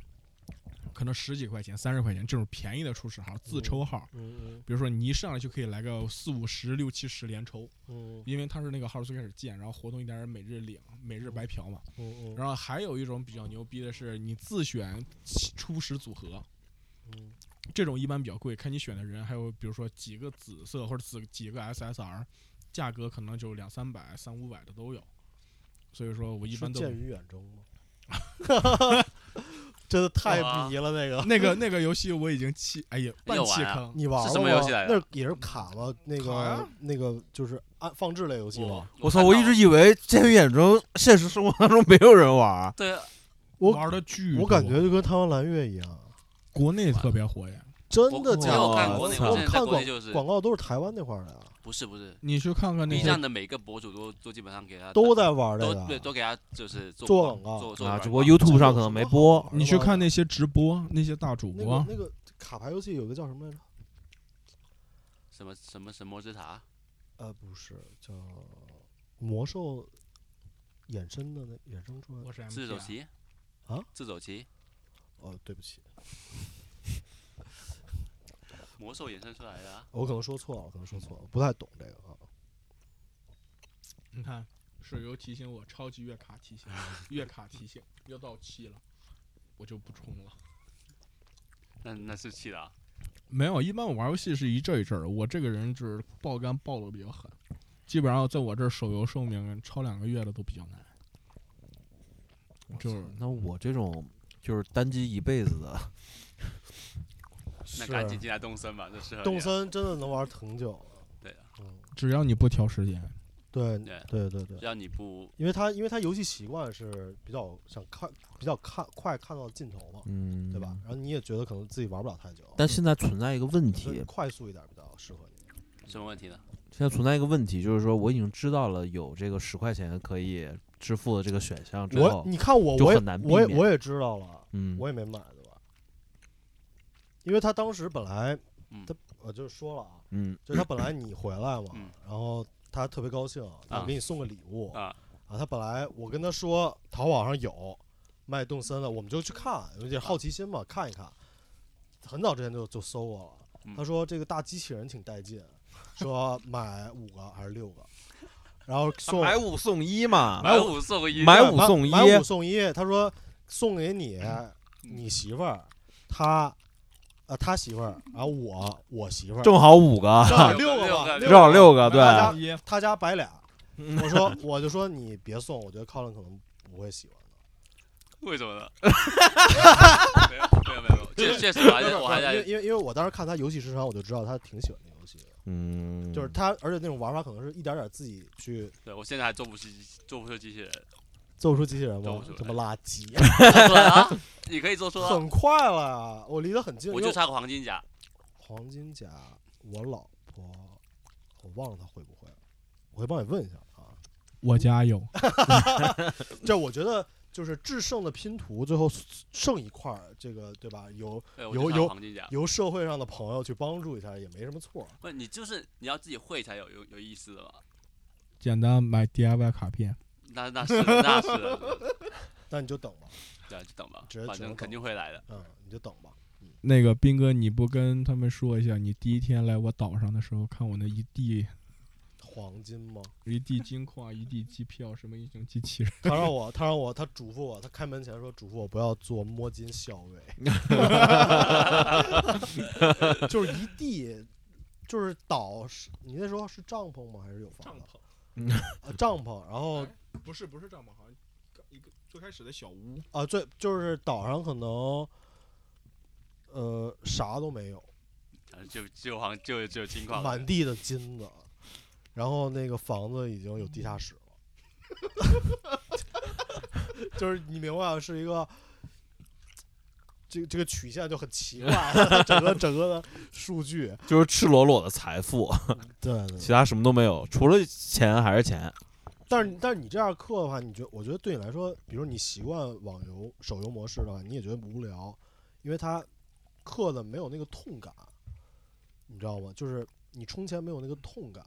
S4: 可能十几块钱、三十块钱这种便宜的初始号，自抽号。
S3: 嗯
S4: 比如说你一上来就可以来个四五十、六七十连抽，
S3: 嗯
S4: 因为它是那个号最开始建，然后活动一点儿每日领、每日白嫖嘛。
S3: 嗯嗯
S4: 然后还有一种比较牛逼的是，你自选起初始组合，
S3: 嗯
S4: 这种一般比较贵，看你选的人，还有比如说几个紫色或者几几个 SSR，价格可能就两三百、三五百的都有。所以说我一般
S3: 是
S4: 都
S3: 剑与远征吗？ 真的太
S2: 哇
S3: 迷了那个。
S4: 那个那个游戏我已经弃，哎呀，半
S2: 有玩
S4: 弃
S2: 啊
S4: 坑。
S3: 你玩
S2: 是
S3: 过
S2: 什么
S3: 吗
S2: 游戏来着
S3: 那也是卡吗？那
S4: 卡
S3: 个
S4: 呀
S3: 那个就是按放置类游戏吗？
S1: 我操！我一直以为《监狱眼中》现实生活当中没有人玩儿，
S2: 对
S3: 我
S4: 玩的巨多，
S3: 我感觉就跟《贪玩蓝月》一样，
S4: 国内特别火呀。
S3: 真的
S2: 我没
S3: 假的？
S2: 有看
S1: 过
S3: 我
S1: 那个
S3: 我
S1: 现
S2: 在
S3: 看
S2: 国
S3: 广
S2: 内就是
S3: 广告都是台湾那块儿的呀，
S2: 不是不是
S4: 你去看看那
S2: B
S4: 个
S2: 站的每个博主都都基本上给他
S3: 都在玩这
S2: 都对
S3: 个。
S2: 都给他就是做
S3: 做
S2: 广
S3: 广告
S2: 做做
S1: 啊，
S2: 广
S1: 只不过
S2: 告
S1: YouTube 上可能没播。
S4: 你去看那些直播，那些大主
S3: 那
S4: 播
S3: 个，那个卡牌游戏有个叫什么来着？
S2: 什么什么神魔之塔，
S3: 呃，不是叫魔兽衍生的那衍生出来的。
S4: 我是 M
S2: 自走棋
S3: 啊，
S2: 自走棋，
S3: 哦，对不起，
S2: 魔兽衍生出来的啊。
S3: 我可能说错了，我可能说错了，不太懂这个啊。
S4: 你看，手游提醒我，超级月卡提醒，月卡提醒要到期了，我就不充了。
S2: 那那是气的啊。
S4: 没有，一般我玩游戏是一阵儿一阵儿的。我这个人就是爆肝爆的比较狠，基本上在我这儿手游寿命超两个月的都比较难。就是
S1: 那我这种就是单机一辈子的，
S2: 那
S3: 是啊
S2: 赶紧进来动森吧，这适合你啊
S3: 动。森真的能玩很久。
S2: 对啊，
S3: 嗯，
S4: 只要你不挑时间，
S3: 对
S2: 对啊
S3: 对对对
S2: 只，要你不
S3: 因为他因为他游戏习惯是比较想看比较看快看到尽头嘛，
S1: 嗯，
S3: 对吧？？然后你也觉得可能自己玩不了太久，
S1: 但现在存在一个问
S3: 所以
S1: 题，
S3: 快速一点比较适合你。
S2: 什么问题呢？
S1: 现在存在一个问题，就是说我已经知道了有这个十块钱可以支付的这个选项之
S3: 我
S1: 后，
S3: 你看我
S1: 就
S3: 我也
S1: 很难避
S3: 我也
S1: 免
S3: 我也知道了，
S1: 嗯，
S3: 我也没买对吧？因为他当时本来
S2: 嗯
S3: 他我就是说了啊，
S1: 嗯
S3: 就是他本来你回来嘛
S2: 嗯，
S3: 然后他特别高兴，他给你送个礼物
S2: 啊
S3: 啊。他本来我跟他说淘宝上有卖动森的，我们就去看，有点好奇心嘛，看一看。很早之前就就搜过了，
S2: 嗯
S3: 他说这个大机器人挺带劲，说买五个还是六个，然后送
S1: 买五送一嘛，
S2: 买五送一，
S1: 买
S3: 对
S1: 五
S3: 买
S1: 送一
S3: 买五送一。他说送给你，
S2: 嗯
S3: 你媳妇儿，他，呃，他媳妇儿，然后我，我媳妇儿，
S1: 正好五个，
S3: 正
S2: 好
S3: 好
S2: 六
S3: 六
S2: 个
S3: 个嘛，
S2: 六
S1: 正好
S3: 个
S1: 六啊个，对，
S3: 大家
S4: 一
S3: 他家摆 俩。我说，我就说你别送，我觉得 Colin 可能不会喜欢的。
S2: 为什么呢？ 没有没有没有，确确实我还在我还
S3: 因为
S2: 在
S3: 因为因为我当时看他游戏时长，我就知道他挺喜欢这游戏的，
S1: 嗯，
S3: 就是他，而且那种玩法可能是一点点自己去
S2: 对我现在还做不出做不出机器人，
S3: 做出机器人
S2: 做
S3: 嘛
S2: 不出，来
S3: 什么垃圾，
S2: 做出来了 啊，你可以做出来啊，
S3: 很快了呀，我离得很近。
S2: 我
S3: 因为
S2: 就差个黄金甲，
S3: 黄金甲，我老婆，我忘了她会不会了，我会帮你问一下啊。
S4: 我家有，
S3: 这我觉得就是制胜的拼图，最后剩一块儿，这个对吧？由
S2: 对，我就
S3: 有
S2: 差个
S3: 有
S2: 黄金甲。
S3: 由社会上的朋友去帮助一下，也没什么错。
S2: 不，你就是你要自己会才有有有意思的嘛。
S4: 简单买 DIY 卡片。
S2: 那那是的那是的，
S3: 那你就等吧，
S2: 对啊，就等吧
S3: 只，
S2: 反
S3: 只能
S2: 正肯
S3: 等
S2: 定会来的。
S3: 嗯，你就等吧。
S4: 那个斌哥，你不跟他们说一下，你第一天来我岛上的时候，看我那一地
S3: 黄金吗？
S4: 一地金矿、一地机票，什么英雄机器人，
S3: 他让我，他让我，他嘱咐我，他开门前说嘱咐我不要做摸金校尉， 就是一地，就是岛是，你那时候是帐篷吗？还是有房子？啊，帐篷，然后
S4: 篷不是不是帐篷，好像一个最开始的小屋。
S3: 啊，最就是岛上可能，呃，啥都没有，
S2: 啊就就好像就就有金矿了，
S3: 满地的金子，然后那个房子已经有地下室了， 就是你明白，是一个。这这个曲线就很奇怪， 整个整个的数据，
S1: 就是赤裸裸的财富，
S3: 对对对
S1: 其他什么都没有，除了钱还是钱。
S3: 但是但是你这样氪的话，你觉我觉得对你来说，比如你习惯网游手游模式的话，你也觉得无聊，因为它氪的没有那个痛感，你知道吗？就是你充钱没有那个痛感。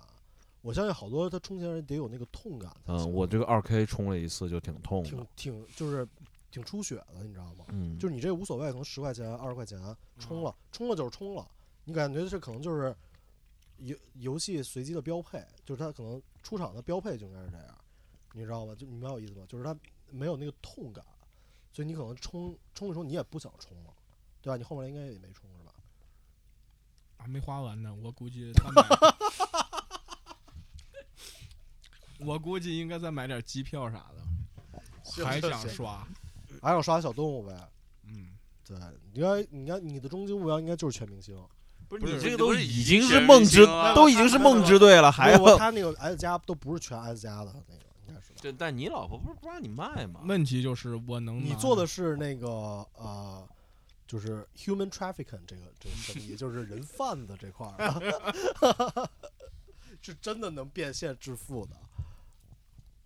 S3: 我相信好多他充钱人得有那个痛感才行，
S1: 嗯，我这个二 K 充了一次就挺痛的
S3: 挺，挺就是挺出血的，你知道吗？
S1: 嗯，
S3: 就是你这无所谓，可能十块钱、二十块钱充了，充了就是充了，你感觉这可能就是游游戏随机的标配，就是它可能出场的标配就应该是这样，你知道吗？就你明白我意思吗？就是它没有那个痛感，所以你可能充充一充你也不想充了，对吧？你后面应该也没充是吧？
S4: 还啊没花完呢，我估计他 买，我估计应该再买点机票啥的，还想刷，
S3: 还想刷小动物呗？
S4: 嗯，
S3: 对，你看，你看你的终极目标应该就是全明星，
S4: 不
S1: 你这个
S2: 你不
S1: 都
S2: 是
S1: 已
S2: 已
S1: 经
S2: 经
S1: 是
S2: 是
S1: 梦
S2: 明
S1: 之
S2: 星了，
S1: 都已啊经是梦之队了，还
S3: 没有
S1: 要
S3: 他那个 S 加都不是全 S 加的那个，应该是吧？
S1: 对，但你老婆不是不让你卖吗？
S4: 问题就是我
S1: 嗯
S4: 能
S3: 你
S4: 拿
S3: 做的是那个呃，就是 human trafficking 这个这个生意，就是人贩子这块儿，啊 是真的能变现致富的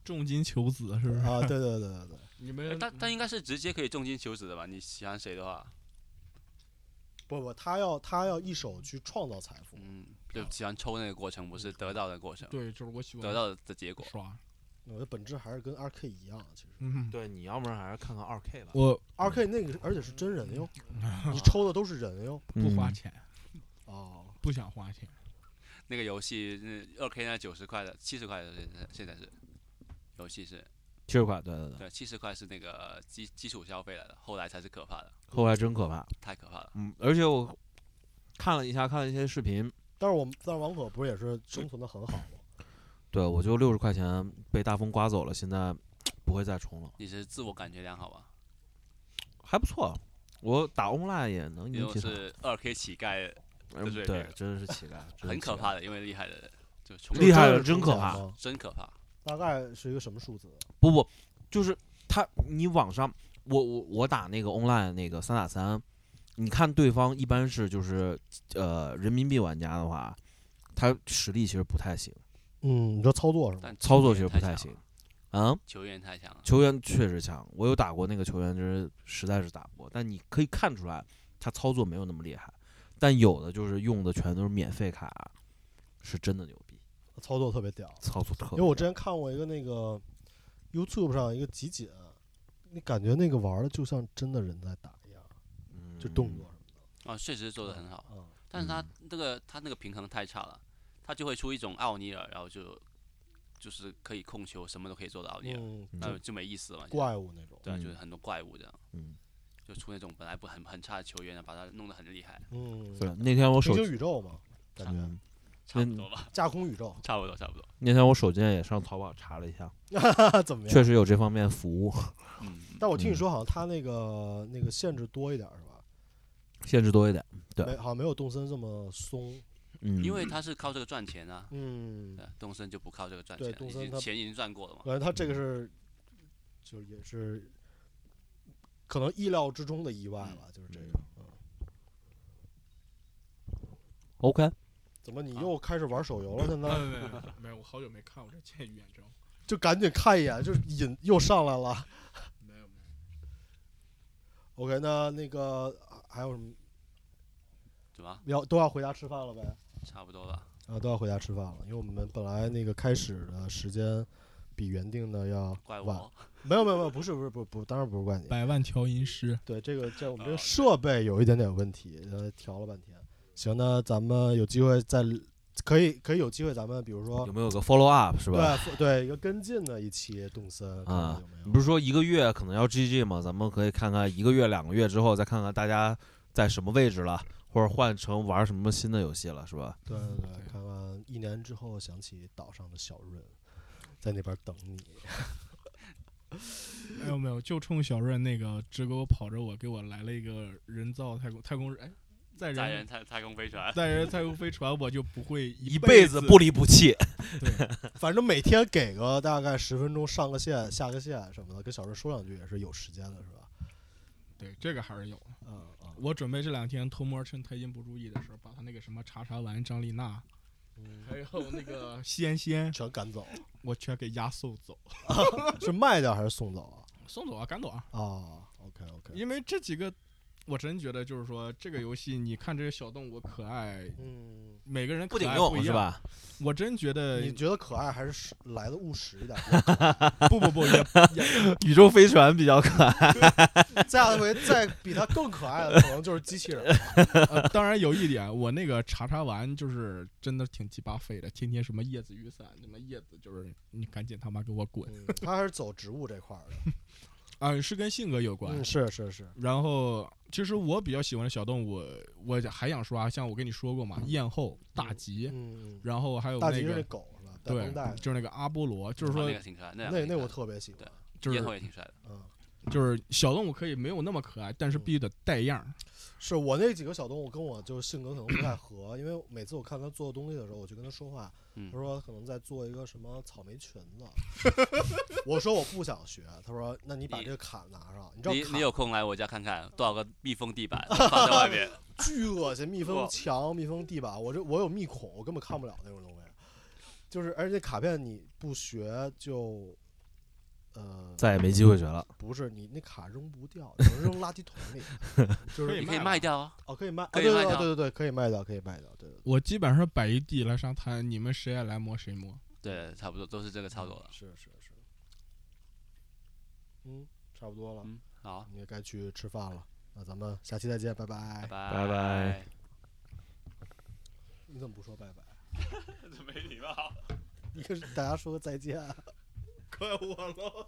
S4: 重金求子是不是？
S3: 啊！对对对对对，
S4: 你
S2: 哎
S4: 们
S2: 但但应该是直接可以重金求子的吧？你喜欢谁的话，
S3: 不不，他要他要一手去创造财富，
S2: 嗯，就喜欢抽那个过程，不是得到的过程，
S4: 对，就是我喜欢
S2: 得到的结果。
S4: 刷，
S3: 我的本质还是跟二 K 一样，其实
S4: 嗯，
S1: 对，你要不然还是看看二 K 吧。
S4: 我
S3: 二 K 那个而且是真 人哟，你抽的都是人哟
S4: 不
S1: 嗯
S4: 花钱，
S3: 哦，
S4: 不想花钱，
S2: 那个游戏二 K 那九十块的，七十块的现在现在是，游戏是
S1: 七十块，对对对，
S2: 对，七十块是那个基基础消费来的，后来才是可怕的，
S1: 后来真可怕，
S2: 太可怕了。
S1: 嗯，而且我看了一下，看了一些视频，
S3: 但是我们但是王可不是也是生存的很好吗？
S1: 对我就六十块钱被大风刮走了，现在不会再冲了，
S2: 你是自我感觉良好吧？
S1: 还不错。我打 online 也能
S2: 你
S1: 赢
S2: 又
S1: 几场，
S2: 是二 K 乞丐，
S1: 嗯对
S2: 对对，
S1: 真是 乞丐，真是
S2: 很
S1: 乞
S2: 可
S1: 丐
S2: 怕的，因为厉害的就冲
S1: 厉害
S3: 这
S1: 了
S3: 是
S1: 真可
S3: 中奖
S1: 怕
S3: 吗
S2: 真可怕。
S3: 大概是一个什么数字？啊
S1: 不不，就是他，你网上我我我打那个 online 那个三打三，你看对方一般是就是呃人民币玩家的话，他实力其实不太行，
S3: 嗯，你说操作是吗？
S2: 但
S1: 操作
S2: 球
S1: 其
S2: 员
S1: 实不
S2: 太
S1: 太
S2: 强
S1: 行
S2: 了，
S1: 啊。
S2: 球员太强了。
S1: 球员确实强，我有打过那个球员，就是实在是打不过，但你可以看出来他操作没有那么厉害，但有的就是用的全都是免费卡，是真的牛逼，
S3: 操作特别屌，
S1: 操作特别
S3: 因为我之前看过一个那个 YouTube 上一个集锦，你感觉那个玩的就像真的人在打一样，就动作，什么
S2: 啊，确实做得很好，
S3: 的。嗯，
S2: 但是他
S1: 嗯
S2: 那个他那个平衡太差了，他就会出一种奥尼尔，然后就就是可以控球，什么都可以做的奥尼尔，
S3: 嗯，
S1: 嗯
S2: 那
S3: 就
S2: 就没意思了嘛。就
S3: 怪物那种。
S2: 对啊，就是
S1: 嗯
S2: 很多怪物这样，
S1: 嗯，
S2: 就出那种本来不很很差的球员，把他弄得很厉害，
S3: 嗯，
S1: 对，那天我手
S3: 平
S1: 机
S3: 行宇宙嘛，感觉
S1: 嗯
S2: 差不
S1: 嗯
S2: 多吧，
S3: 架空宇宙
S2: 差不多差不多。
S1: 那天我手贱也上淘宝查了一下，
S3: 怎么样？
S1: 确实有这方面的服务，
S2: 嗯，嗯
S3: 但我听你
S1: 嗯
S3: 说，好像它那个那个限制多一点儿是吧？
S1: 限制多一点。对
S3: 没，好像没有动森这么松。
S1: 嗯，
S2: 因为他是靠这个赚钱啊，
S3: 嗯
S2: 对，啊动森就不靠这个赚钱
S3: 对
S2: 了，
S3: 动
S2: 已
S3: 森
S2: 经
S3: 他
S2: 钱已经赚过了嘛。
S3: 感觉它这个是，就也是可能意料之中的意外吧，就是这个。嗯
S1: OK，
S3: 怎么你
S2: 啊
S3: 又开始玩手游了？现
S4: 没
S3: 在
S4: 有没有 没有没有，我好久没看我这剑与远征，
S3: 就赶紧看一眼，就是瘾又上来了。
S4: 没有没有。
S3: OK，那那个还有什么
S2: 怎么
S3: 要都要回家吃饭了呗？
S2: 差不多了？
S3: 啊，都要回家吃饭了，因为我们本来那个开始的时间比原定的要
S2: 怪
S3: 晚。
S2: 我，
S3: 没有没有没有，不是不是不是不是，当然不是怪你。
S4: 百万调音师，
S3: 对，这个这我们这
S2: 哦
S3: 个设备有一点点问题，呃，调了半天。行，那咱们有机会再可以可以有机会，咱们比如说
S1: 有没有个 follow up 是吧？
S3: 对对一个跟进的一期动森看看
S1: 啊
S3: 有没
S1: 你
S3: 有
S1: 不是说一个月可能要 GG 吗？咱们可以看看一个月、两个月之后，再看看大家在什么位置了，或者换成玩什么新的游戏了，是吧？
S3: 对对对，看看一年之后想起岛上的小润，在那边等你。
S4: 没有没有，就冲小润那个直钩跑着我，给我来了一个人造太空太空人，哎，载
S2: 载
S4: 人
S2: 人太太空飞船，
S4: 载人太空飞船，我就不会一
S1: 辈
S4: 子
S1: 不离不弃。
S3: 反正每天给个大概十分钟，上个线、下个线什么的，跟小润说两句也是有时间的，是吧？
S4: 对这个还是有的。
S3: 嗯嗯
S4: 我准备这两天偷摸趁太监不注意的时候，把他那个什么查查完、张丽娜， 还
S3: 嗯，
S4: 有那个 仙仙，
S3: 全赶走，
S4: 我全给押送走，
S3: 是卖掉还是送走
S4: 送走啊，赶走啊。
S3: 啊？啊，OK OK，
S4: 因为这几个，我真觉得就是说这个游戏，你看这个小动物可爱，
S3: 嗯。
S4: 每个人
S1: 不
S4: 可
S1: 顶
S4: 爱
S1: 用
S4: 一
S1: 是
S4: 样？
S1: 吧？
S4: 我真觉得
S3: 你觉得可爱还是实来的务实一点？
S4: 不不不也也
S1: 宇宙飞船比较可爱。
S3: 下回再比它更可爱的，可能就是机器人 了。
S4: 呃，当然有一点，我那个查查完就是真的挺鸡巴废的，天天什么叶子雨伞，什么叶子就是你赶紧他妈给我滚
S3: 嗯它还是走植物这块儿的。
S4: 啊、是跟性格有关。
S3: 嗯，是是是，
S4: 然后其实我比较喜欢的小动物，我还想说啊，像我跟你说过嘛，艳后、大吉，
S3: 嗯，
S4: 然后还有
S3: 大
S4: 那
S3: 吉是那
S4: 个
S3: 狗是吧？带绷带
S4: 对，
S3: 的，
S4: 就是那个阿波罗， 就是
S2: 哇嗯
S4: 说
S2: 那个挺可爱，那两个
S3: 那
S2: 挺
S3: 那
S2: 可
S3: 我
S2: 爱
S3: 特别喜欢
S2: 对。
S4: 就
S2: 烟火
S4: 是
S2: 也挺帅的，
S3: 嗯，
S4: 就是小动物可以没有那么可爱，但是必须得带样儿。
S3: 是我那几个小动物跟我就性格可能不太合，因为每次我看它做东西的时候，我就跟它说话，
S2: 嗯
S3: 他，说可能在做一个什么草莓裙子， 我说我不想学，他说那你把
S2: 你
S3: 这个卡拿上，你知道
S2: 你
S3: 卡
S2: 你有空来我家看看，多少个密封地板放在外面，
S3: 巨恶心，密封
S2: 哇
S3: 墙、密封地板，我这我有密孔，我根本看不了那种东西。就是，而且卡片你不学就，呃，
S1: 再也没机会学了。
S3: 不是你那卡扔不掉，只能扔垃圾桶里。 就
S4: 可
S3: 是
S4: 以
S2: 你可以
S4: 卖
S2: 卖掉啊。
S3: 哦，可以卖，啊
S2: 可以
S3: 对
S2: 卖
S3: 对
S2: 掉
S3: 对对对，可以卖掉，可以卖掉，对对对，
S4: 我基本上摆一地来沙滩，你们谁爱来摸谁摸。
S2: 对，差不多都是这个操作了。
S3: 是是是，嗯，差不多了，
S2: 嗯，好，
S3: 你也该去吃饭了。那咱们下期再见，拜拜
S2: 拜。
S1: 拜
S2: 拜
S1: 拜。
S3: 你怎么不说拜拜？啊
S2: 这没礼貌，
S3: 你跟大家说个再见。啊
S2: 怪我喽。